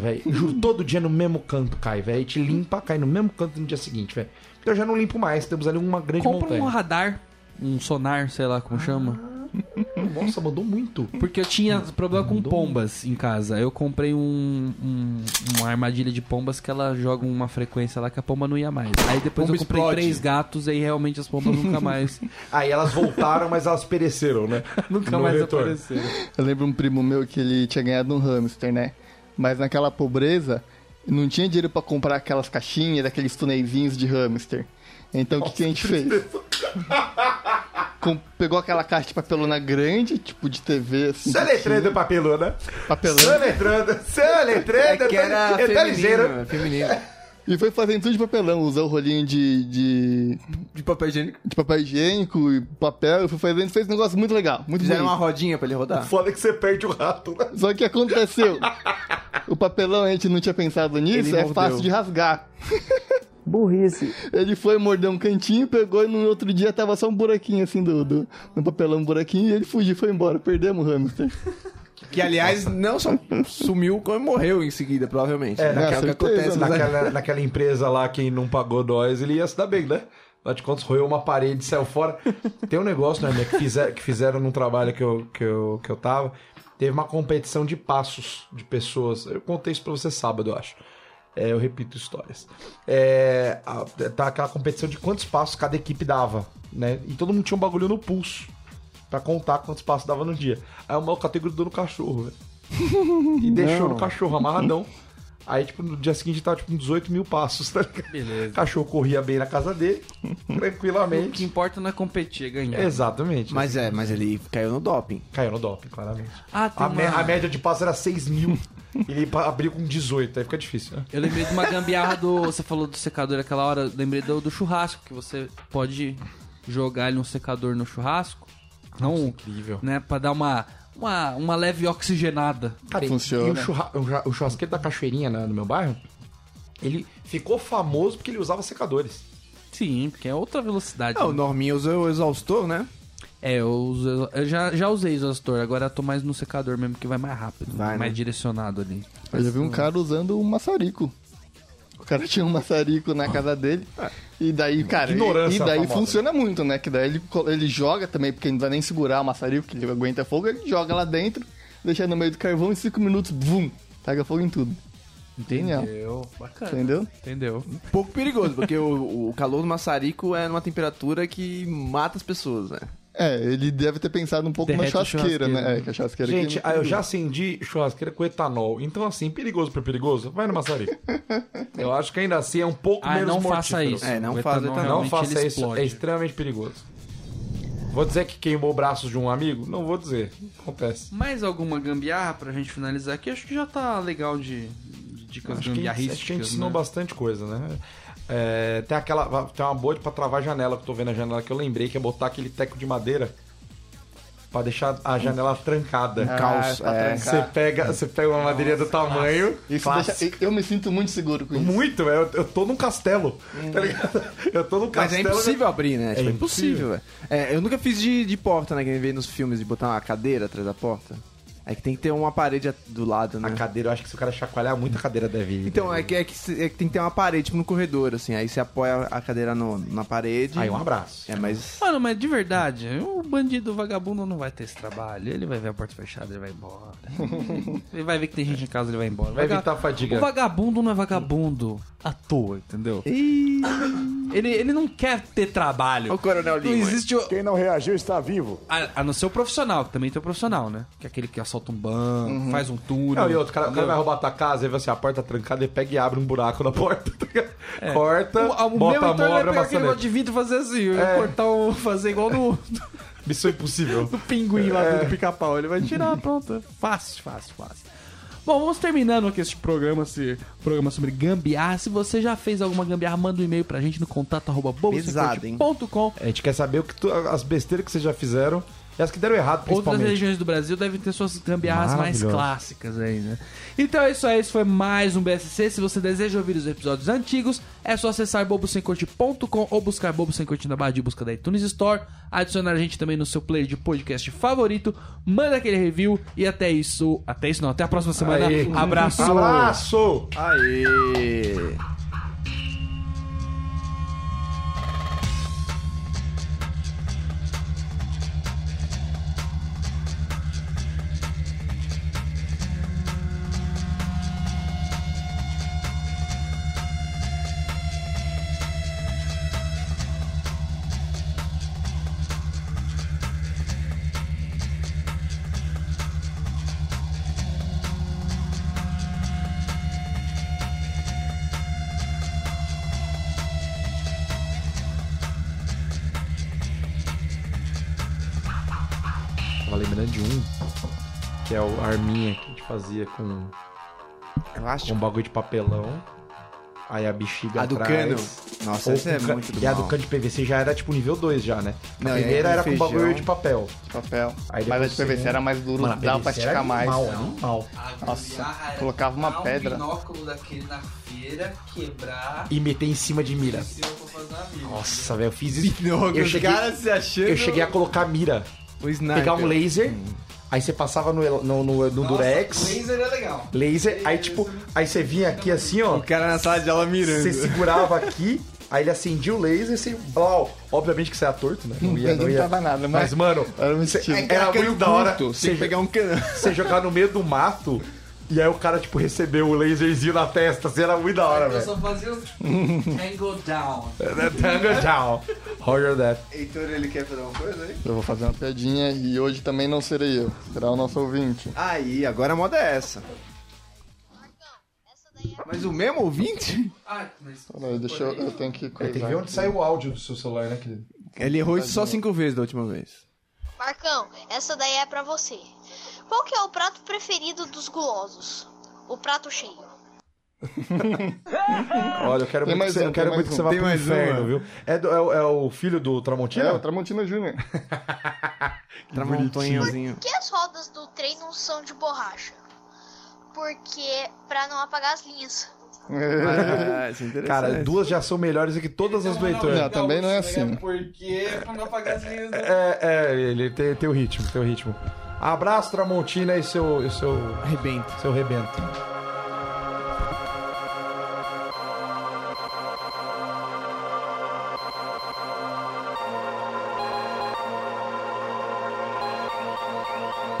S4: velho. Juro, todo dia no mesmo canto cai, velho. E Te limpa, cai no mesmo canto no dia seguinte, velho. Então eu já não limpo mais, temos ali uma grande
S2: Compra um
S4: montanha.
S2: radar, um sonar, sei lá como chama.
S4: Nossa, mandou muito.
S2: Porque eu tinha problema com pombas em casa. Eu comprei um, um- uma armadilha de pombas que ela joga uma frequência lá que a pomba não ia mais. Aí depois
S3: Pomba
S2: eu comprei
S3: explode.
S2: três gatos e realmente as pombas nunca mais,
S4: Aí elas voltaram, mas elas pereceram, né?
S2: nunca
S4: No
S2: mais
S4: retorno.
S2: apareceram.
S1: Eu lembro um primo meu que ele tinha ganhado um hamster, né? Mas naquela pobreza, não tinha dinheiro pra comprar aquelas caixinhas, aqueles tuneizinhos de hamster. Então o que, que a gente fez? Com- pegou aquela caixa de papelona grande, tipo de TV, assim,
S4: Seletrando papelona.
S1: papelão,
S4: Seletrando. Seletrando.
S3: É que era feminino, é feminino.
S1: e foi fazendo tudo de papelão. Usou o rolinho de, de,
S3: De papel higiênico.
S1: de papel higiênico e papel, foi fazendo, fez um negócio muito legal, muito
S3: Fizeram
S1: bonito.
S3: uma rodinha pra ele rodar.
S4: Foda que você perde o rato, né?
S1: Só que aconteceu. O papelão, a gente não tinha pensado nisso,
S3: Ele
S1: é
S3: mordeu.
S1: fácil de rasgar. Burrice. Ele foi, mordeu um cantinho, pegou e no outro dia tava só um buraquinho assim do, do no papelão, um buraquinho, e ele fugiu, foi embora. Perdemos o hamster.
S3: Que, aliás, não só sumiu, como morreu em seguida, provavelmente. É,
S1: naquela-
S3: que acontece.
S1: certeza,
S3: nos-
S4: Naquela, naquela empresa lá, quem não pagou nós, ele ia se dar bem, né? Lá de contas, roeu uma parede, saiu fora. Tem um negócio, né, minha, que fizeram, que fizeram num trabalho que eu, que, eu, que eu tava. Teve uma competição de passos de pessoas. Eu contei isso pra você sábado, eu acho. É, eu repito histórias. É, a- tá aquela competição de quantos passos cada equipe dava, né? E todo mundo tinha um bagulho no pulso pra contar quantos passos dava no dia. Aí o maluco categorizou no cachorro, velho. E deixou no cachorro amarradão. Aí, tipo, no dia seguinte tava, tipo, com 18 mil passos, tá ligado?
S2: Beleza.
S4: O cachorro corria bem na casa dele,
S2: O que
S4: tranquilamente.
S2: importa não é competir, é ganhar.
S4: Exatamente.
S3: Mas é, mas ele caiu no doping.
S4: Caiu no doping, claramente.
S2: Ah, tem
S4: A,
S2: uma...
S4: me- a média de passos era 6 mil. Ele pa- abriu com 18, aí fica difícil, né?
S2: Eu lembrei de uma gambiarra do. Você falou do secador aquela hora, eu lembrei do, do churrasco, que você pode jogar ele um secador no churrasco. Não,
S4: Incrível.
S2: né? Pra dar uma, uma, uma leve oxigenada.
S4: Cara, e-
S1: Funciona.
S4: E o, churra- o churra- o churrasqueiro da Cachoeirinha, né, no meu bairro, ele ficou famoso porque ele usava secadores.
S2: Sim, porque é outra velocidade.
S3: Ah, o
S2: né?
S3: Norminha usou o exaustor, né?
S2: É, eu, uso- eu já, já usei exaustor, agora eu tô mais no secador mesmo, que vai mais rápido,
S3: Vai, né?
S2: mais direcionado ali.
S1: Eu já vi um cara usando um maçarico. O cara tinha um maçarico na casa dele. E daí, cara, e,
S4: Ah. Ignorância
S1: e daí
S4: famosa.
S1: funciona muito, né? Que daí ele, co- ele joga também, porque não vai nem segurar o maçarico, que ele aguenta fogo, ele joga lá dentro, deixa no meio do carvão em 5 minutos, bum, taca fogo em tudo. Genial.
S4: Eu...
S1: Entendeu?
S2: Entendeu?
S3: Pouco perigoso, porque o, o calor do maçarico é numa temperatura que mata as pessoas, né?
S1: É, ele deve ter pensado um pouco
S2: Derrete
S1: na churrasqueira,
S2: a churrasqueira,
S1: né? É, que a churrasqueira aqui
S4: Gente,
S1: não-
S4: ah, eu já acendi churrasqueira com etanol. Então, assim, perigoso pra perigoso, vai no maçarico. eu acho que ainda assim é um pouco
S2: Ah,
S4: menos
S2: não faça
S4: mortífero.
S2: isso.
S3: É, não
S2: O
S3: faça
S2: etanol
S3: etanol.
S4: Não
S2: realmente,
S4: faça
S2: ele
S4: isso,
S2: explode.
S4: é extremamente perigoso. Vou dizer que queimou o braço de um amigo? Não vou dizer, acontece.
S2: Mais alguma gambiarra pra gente finalizar aqui? Acho que já tá legal de, de dicas
S4: Acho que, a gente-
S2: gambiarrísticas.
S4: acho que a gente ensinou
S2: né?
S4: bastante coisa, né? É, tem aquela. Tem uma boa de pra travar a janela, que eu tô vendo a janela que eu lembrei, que é botar aquele teco de madeira pra deixar a janela trancada.
S3: Calço,
S1: pra
S3: é.
S1: trancar.
S4: Você pega, você pega uma madeirinha do tamanho.
S1: Isso deixa, eu- eu me sinto muito seguro com isso.
S4: Muito, velho. Eu tô num castelo. Tá ligado? Eu tô num
S3: Mas é
S4: castelo.
S3: impossível abrir, né? Tipo, é
S4: impossível.
S3: impossível, velho. É, eu nunca fiz de, de porta, né? Que vem nos filmes de botar uma cadeira atrás da porta. É que tem que ter uma parede a- do lado,
S4: A
S3: né?
S4: cadeira, eu acho que se o cara chacoalhar muito, a cadeira deve ir.
S3: Então, é que, é, que, se- é que tem que ter uma parede, tipo, no corredor, assim. Aí você apoia a cadeira no- na parede.
S4: Aí, um abraço.
S3: É, mas...
S2: Mano, mas de verdade, o bandido vagabundo não vai ter esse trabalho. Ele vai ver a porta fechada, ele vai embora. ele vai ver que tem gente em casa, ele vai embora.
S4: Vai
S2: Vaga-
S4: evitar a fadiga.
S2: O vagabundo não é vagabundo à toa, entendeu? ele, ele não quer ter trabalho.
S3: Olha o coronel
S2: Não
S3: Lima.
S2: existe. o-
S8: Quem não reagiu está vivo.
S2: A, a não ser o profissional, que também tem o profissional, né? Que é aquele que assalta um banco, faz um túnel.
S4: Uhum. Não, e outro, o cara, o cara vai roubar a tua casa, aí vai assim, a porta trancada, ele pega e abre um buraco na porta, tá ligado? corta,
S2: O, o meu
S4: bota a
S2: então
S4: mão,
S3: é
S2: ele vai
S4: abre a
S2: pegar aquele negócio
S4: maçaneta. É.
S2: de vidro e fazer assim, cortar o, fazer igual no,
S4: Missão impossível.
S2: do pinguim lá
S3: É.
S2: do pica-pau. Ele vai tirar, pronto. Fácil, fácil, fácil. Bom, vamos terminando aqui este programa, esse programa sobre gambiarra. Se você já fez alguma gambiarra, manda um e-mail pra gente no contato arroba
S3: Pesado, hein?
S2: bobosincote.com.
S4: A gente quer saber o que tu- as besteiras que vocês já fizeram e as que deram errado,
S2: Outras
S4: principalmente.
S2: regiões do Brasil devem ter suas gambiarras mais
S4: Maravilhoso.
S2: clássicas aí, né? Então é isso aí, esse foi mais um BSC. Se você deseja ouvir os episódios antigos, é só acessar bobosemcorte.com ou buscar Bobo Sem Corte na barra de busca da iTunes Store, adicionar a gente também no seu player de podcast favorito, manda aquele review e até isso, até isso não, até a próxima
S3: né?
S2: semana.
S4: Aê.
S2: Abraço!
S4: Abraço!
S3: Aê!
S4: Tava lembrando de um, que é o arminha que a gente fazia com, com um
S3: Elástico.
S4: bagulho de papelão. Aí a bexiga
S3: A do cano.
S4: atrás.
S3: Nossa,
S4: Ou
S3: essa é
S4: com ca-
S3: muito do
S4: E a
S3: mal.
S4: do cano de PVC já era tipo nível 2 já, né? A
S3: Não, e aí
S4: primeira
S3: com
S4: era com
S3: feijão.
S4: bagulho de papel.
S1: Papel.
S4: Aí
S1: Mas a
S4: depois
S1: de PVC
S4: você-
S1: era mais duro,
S4: Mano, a
S1: dava pra
S4: PVC era
S1: esticar mais.
S4: Animal, animal.
S1: Nossa, colocava uma pedra.
S2: binóculo daquele na feira, quebrar
S4: E meter em cima de mira. Nossa, velho, eu fiz isso. eu, cheguei,
S3: se achando...
S4: eu cheguei a colocar mira.
S3: O sniper.
S4: Pegar um laser,
S3: Hum.
S4: aí você passava no, el- no, no, no Durex.
S2: Laser é legal.
S4: Laser, aí tipo, aí você vinha aqui assim, ó.
S3: O cara na sala de aula mirando.
S4: Você segurava aqui,
S7: Aí ele acendia o laser e você. Blau. Obviamente que você era torto, né?
S1: Não adiantava nada, mas-
S7: mas, mano,
S1: Era um
S7: você-
S1: estilo.
S7: era
S3: Aquele
S7: muito da hora
S3: curto, Sem pegar um cano.
S7: você jogar no meio do mato e aí o cara, tipo, recebeu o laserzinho na testa. Assim, era muito da hora,
S2: Eu
S7: velho.
S2: só fazia o Tango Down.
S7: Tango Down. Roger that.
S3: Heitor, ele quer fazer uma coisa aí?
S1: Eu vou fazer uma piadinha e hoje também não serei eu. Será o nosso ouvinte.
S3: Aí, agora a moda é essa. Mas o mesmo ouvinte?
S2: Ai, mas...
S1: Peraí, deixa eu... Eu tenho que coisar. É, aqui.
S7: o áudio do seu celular, né, querido?
S3: É, Ele errou isso só cinco vezes da última vez.
S8: Marcão, essa daí é pra você. Qual que é o prato preferido dos gulosos? O prato cheio.
S7: Olha, eu quero
S1: Tem
S7: muito
S1: mais
S7: que você,
S1: um,
S7: eu quero
S1: tem
S7: muito
S1: mais
S7: que você
S1: um.
S7: vá
S3: Tem
S7: pro
S3: mais um,
S7: inferno,
S3: mano.
S7: viu? É, do- é o- é o filho do
S1: É,
S7: Tramontina?
S1: o Tramontina Júnior.
S3: Tramontanhazinho.
S8: Por que as rodas do trem não são de borracha? Porque pra não apagar as linhas.
S3: Ah, isso é interessante.
S7: Cara, duas já são melhores do que todas as do Heitor.
S1: não, também não é assim.
S2: Porque pra não apagar as linhas... né?
S7: É, é, ele tem, tem o ritmo, tem o ritmo. Abraço, Tramontina, e seu, e seu,
S3: Arrebento.
S7: seu rebento.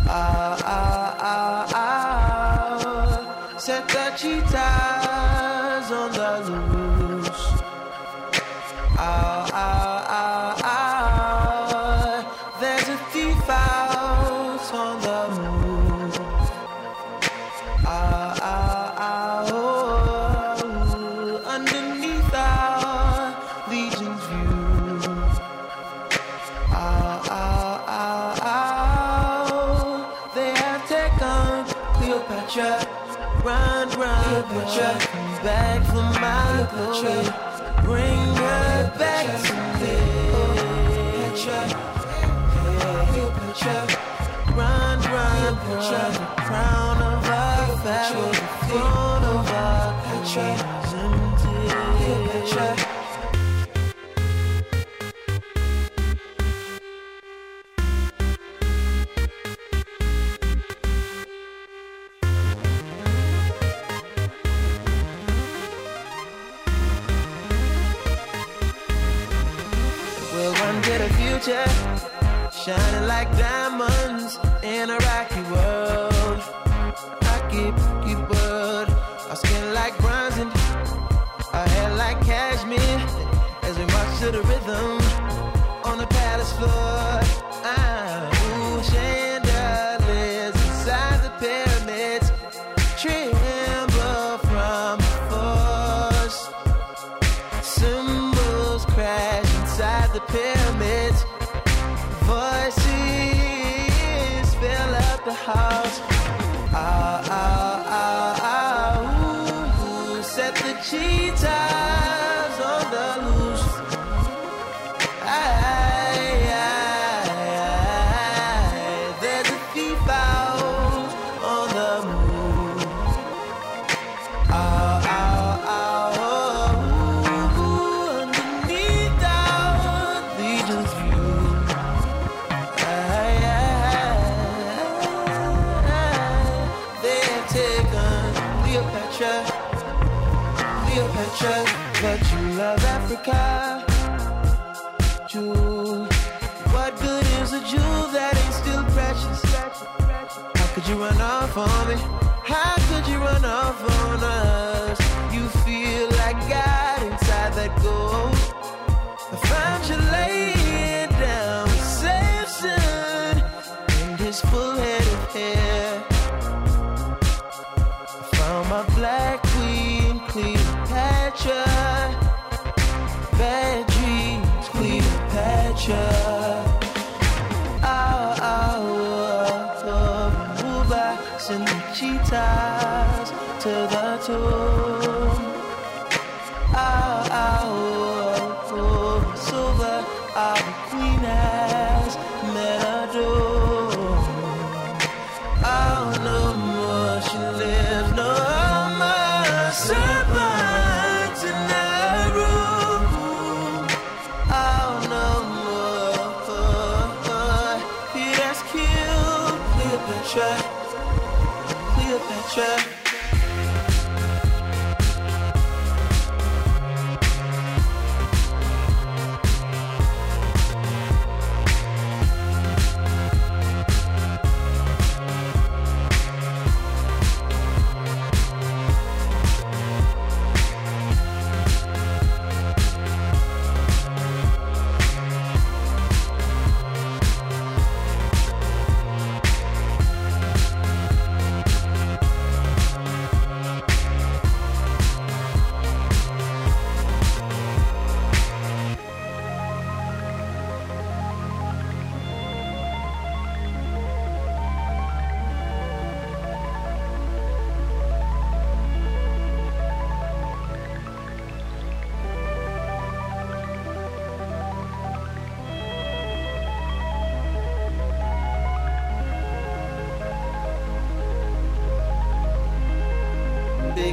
S9: Ah, ah, ah, ah. Set the cheetahs on the loose. Ah, ah, ah, ah. There's a thief out on the move. Ah, ah, ah, oh. Underneath our legion's view. Ah, ah, ah, ah, they have taken Cleopatra. Run, run, Cleopatra. Back for my glory. Bring her back to me. Cleopatra. Cleopatra. Run, run, Cleopatra. The crown of our battle. The throne of our country. Cleopatra. We'll run to the future, shining like diamonds in a rocky world. Rocky, rocky world. Our skin like bronze and our hair like cashmere as we march to the rhythm on the palace floor. Ah, ooh, chandeliers inside the pyramids tremble from the force. Symbols crash inside the pyramids. Voices fill up the house. Ah, ah, ah, ah, ooh, ooh. set the cheetahs on the loose. Aye, aye, aye. There's a thief out on the move. Ah, ah, ah, oh, ooh, underneath our legion's view. Aye, aye, aye. They have taken Cleopatra, Cleopatra, but you love Africa, Jew. What good is a Jew that ain't still precious? How could you run off on me? How could you run off on us? You feel like God inside that gold. I found you laying down with Samson and his full head of hair. I found my black queen, Cleopatra. Bad dreams, Cleopatra. Ow, ow, ow, ow. Move back, send the cheetahs to the tomb. Ow, ow, ow, ow. Silver, our queen has met her doom. Ow, no more she lives, no more serpents in that room. Oh no more. He has killed Cleopatra. Cleopatra.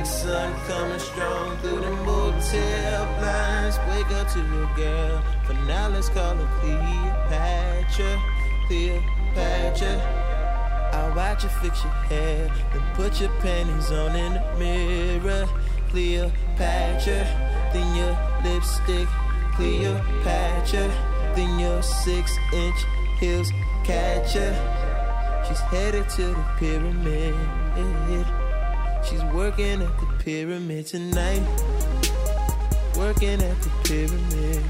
S9: sun coming strong through the motel blinds. Wake up to your girl. For now, let's call her Cleopatra. Cleopatra. I'll watch you fix your hair, then put your panties on in the mirror. Cleopatra, then your lipstick. Cleopatra, then your six inch heels catcher. She's headed to the pyramid. She's working at the pyramid tonight. Working at the pyramid.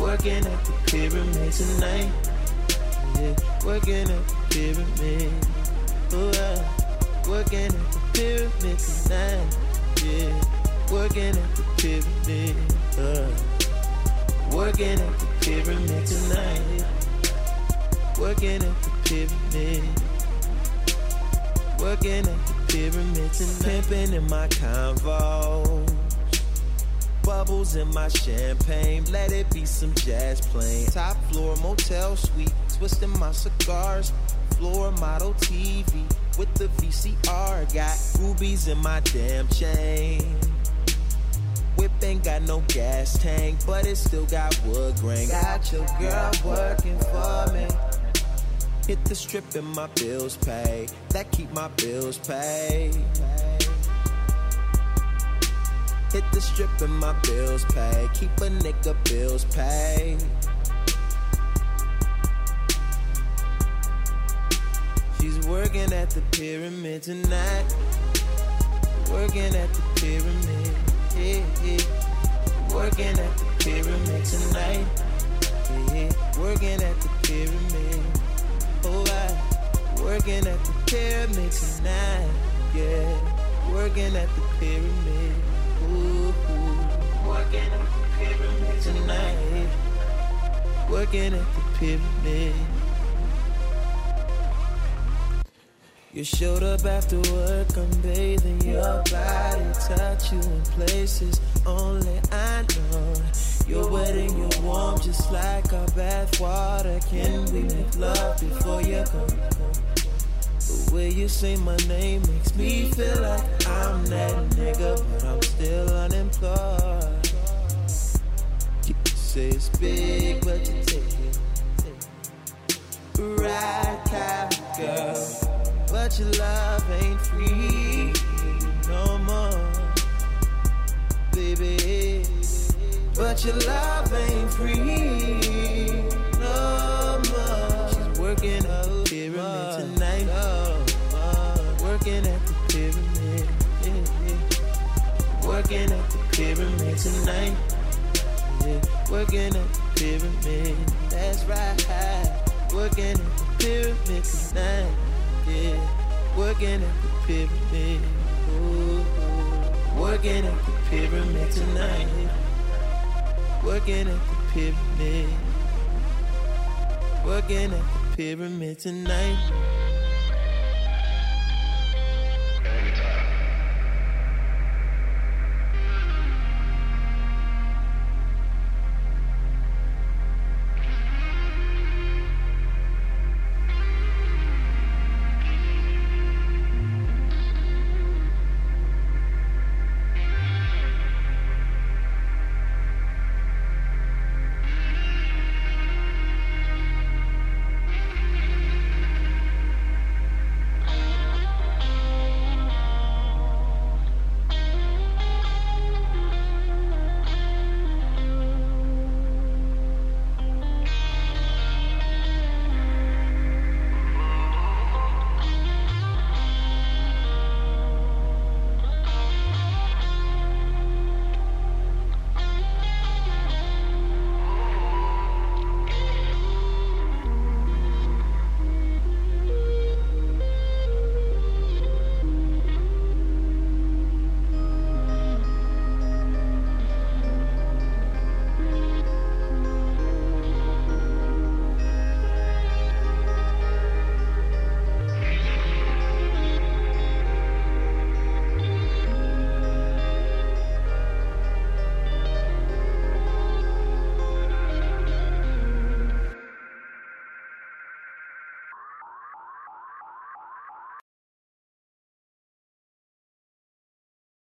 S9: Working at the pyramid tonight yeah. Working at the pyramid. Ooh, uh, working at the pyramid tonight. Yeah. Working at the pyramid. Uh, working at the pyramid tonight. Working at the pyramid. Working at the pyramid tonight. Pimping in my convo bubbles in my champagne. Let it be some jazz playing. Top floor motel suite, twisting my cigars. Floor model TV with the VCR. Got rubies in my damn chain. Whip ain't got no gas tank, but it still got wood grain. Got your girl working for me. Hit the strip and my bills pay. That keep my bills paid. Hit the strip and my bills pay. Keep a nigga bills pay. She's working at the pyramid tonight. Working at the pyramid. Yeah, yeah. Working at the pyramid tonight. Yeah, yeah. Working at the pyramid. Oh, I. Working at the pyramid tonight. Yeah. Working at the pyramid. Ooh, ooh. Working at the pyramid tonight. Working at the pyramid. You showed up after work, I'm bathing your body, touch you in places only I know. You're wet and you're warm, just like our bath water. Can we make love before you go? The way you say my name makes me feel like I'm that nigga, but I'm still unemployed. You say it's big, but you take it. Right kind of girl, but your love ain't free no more, baby. But your love ain't free no more. She's working at the pyramid tonight. Working at the pyramid. Yeah, yeah. Working at the pyramid tonight. Yeah. Working at the pyramid. That's right. Working at the pyramid tonight. Yeah. Working at the pyramid. Ooh, ooh. Working at the pyramid tonight. Working at the pyramid. Working at the pyramid tonight.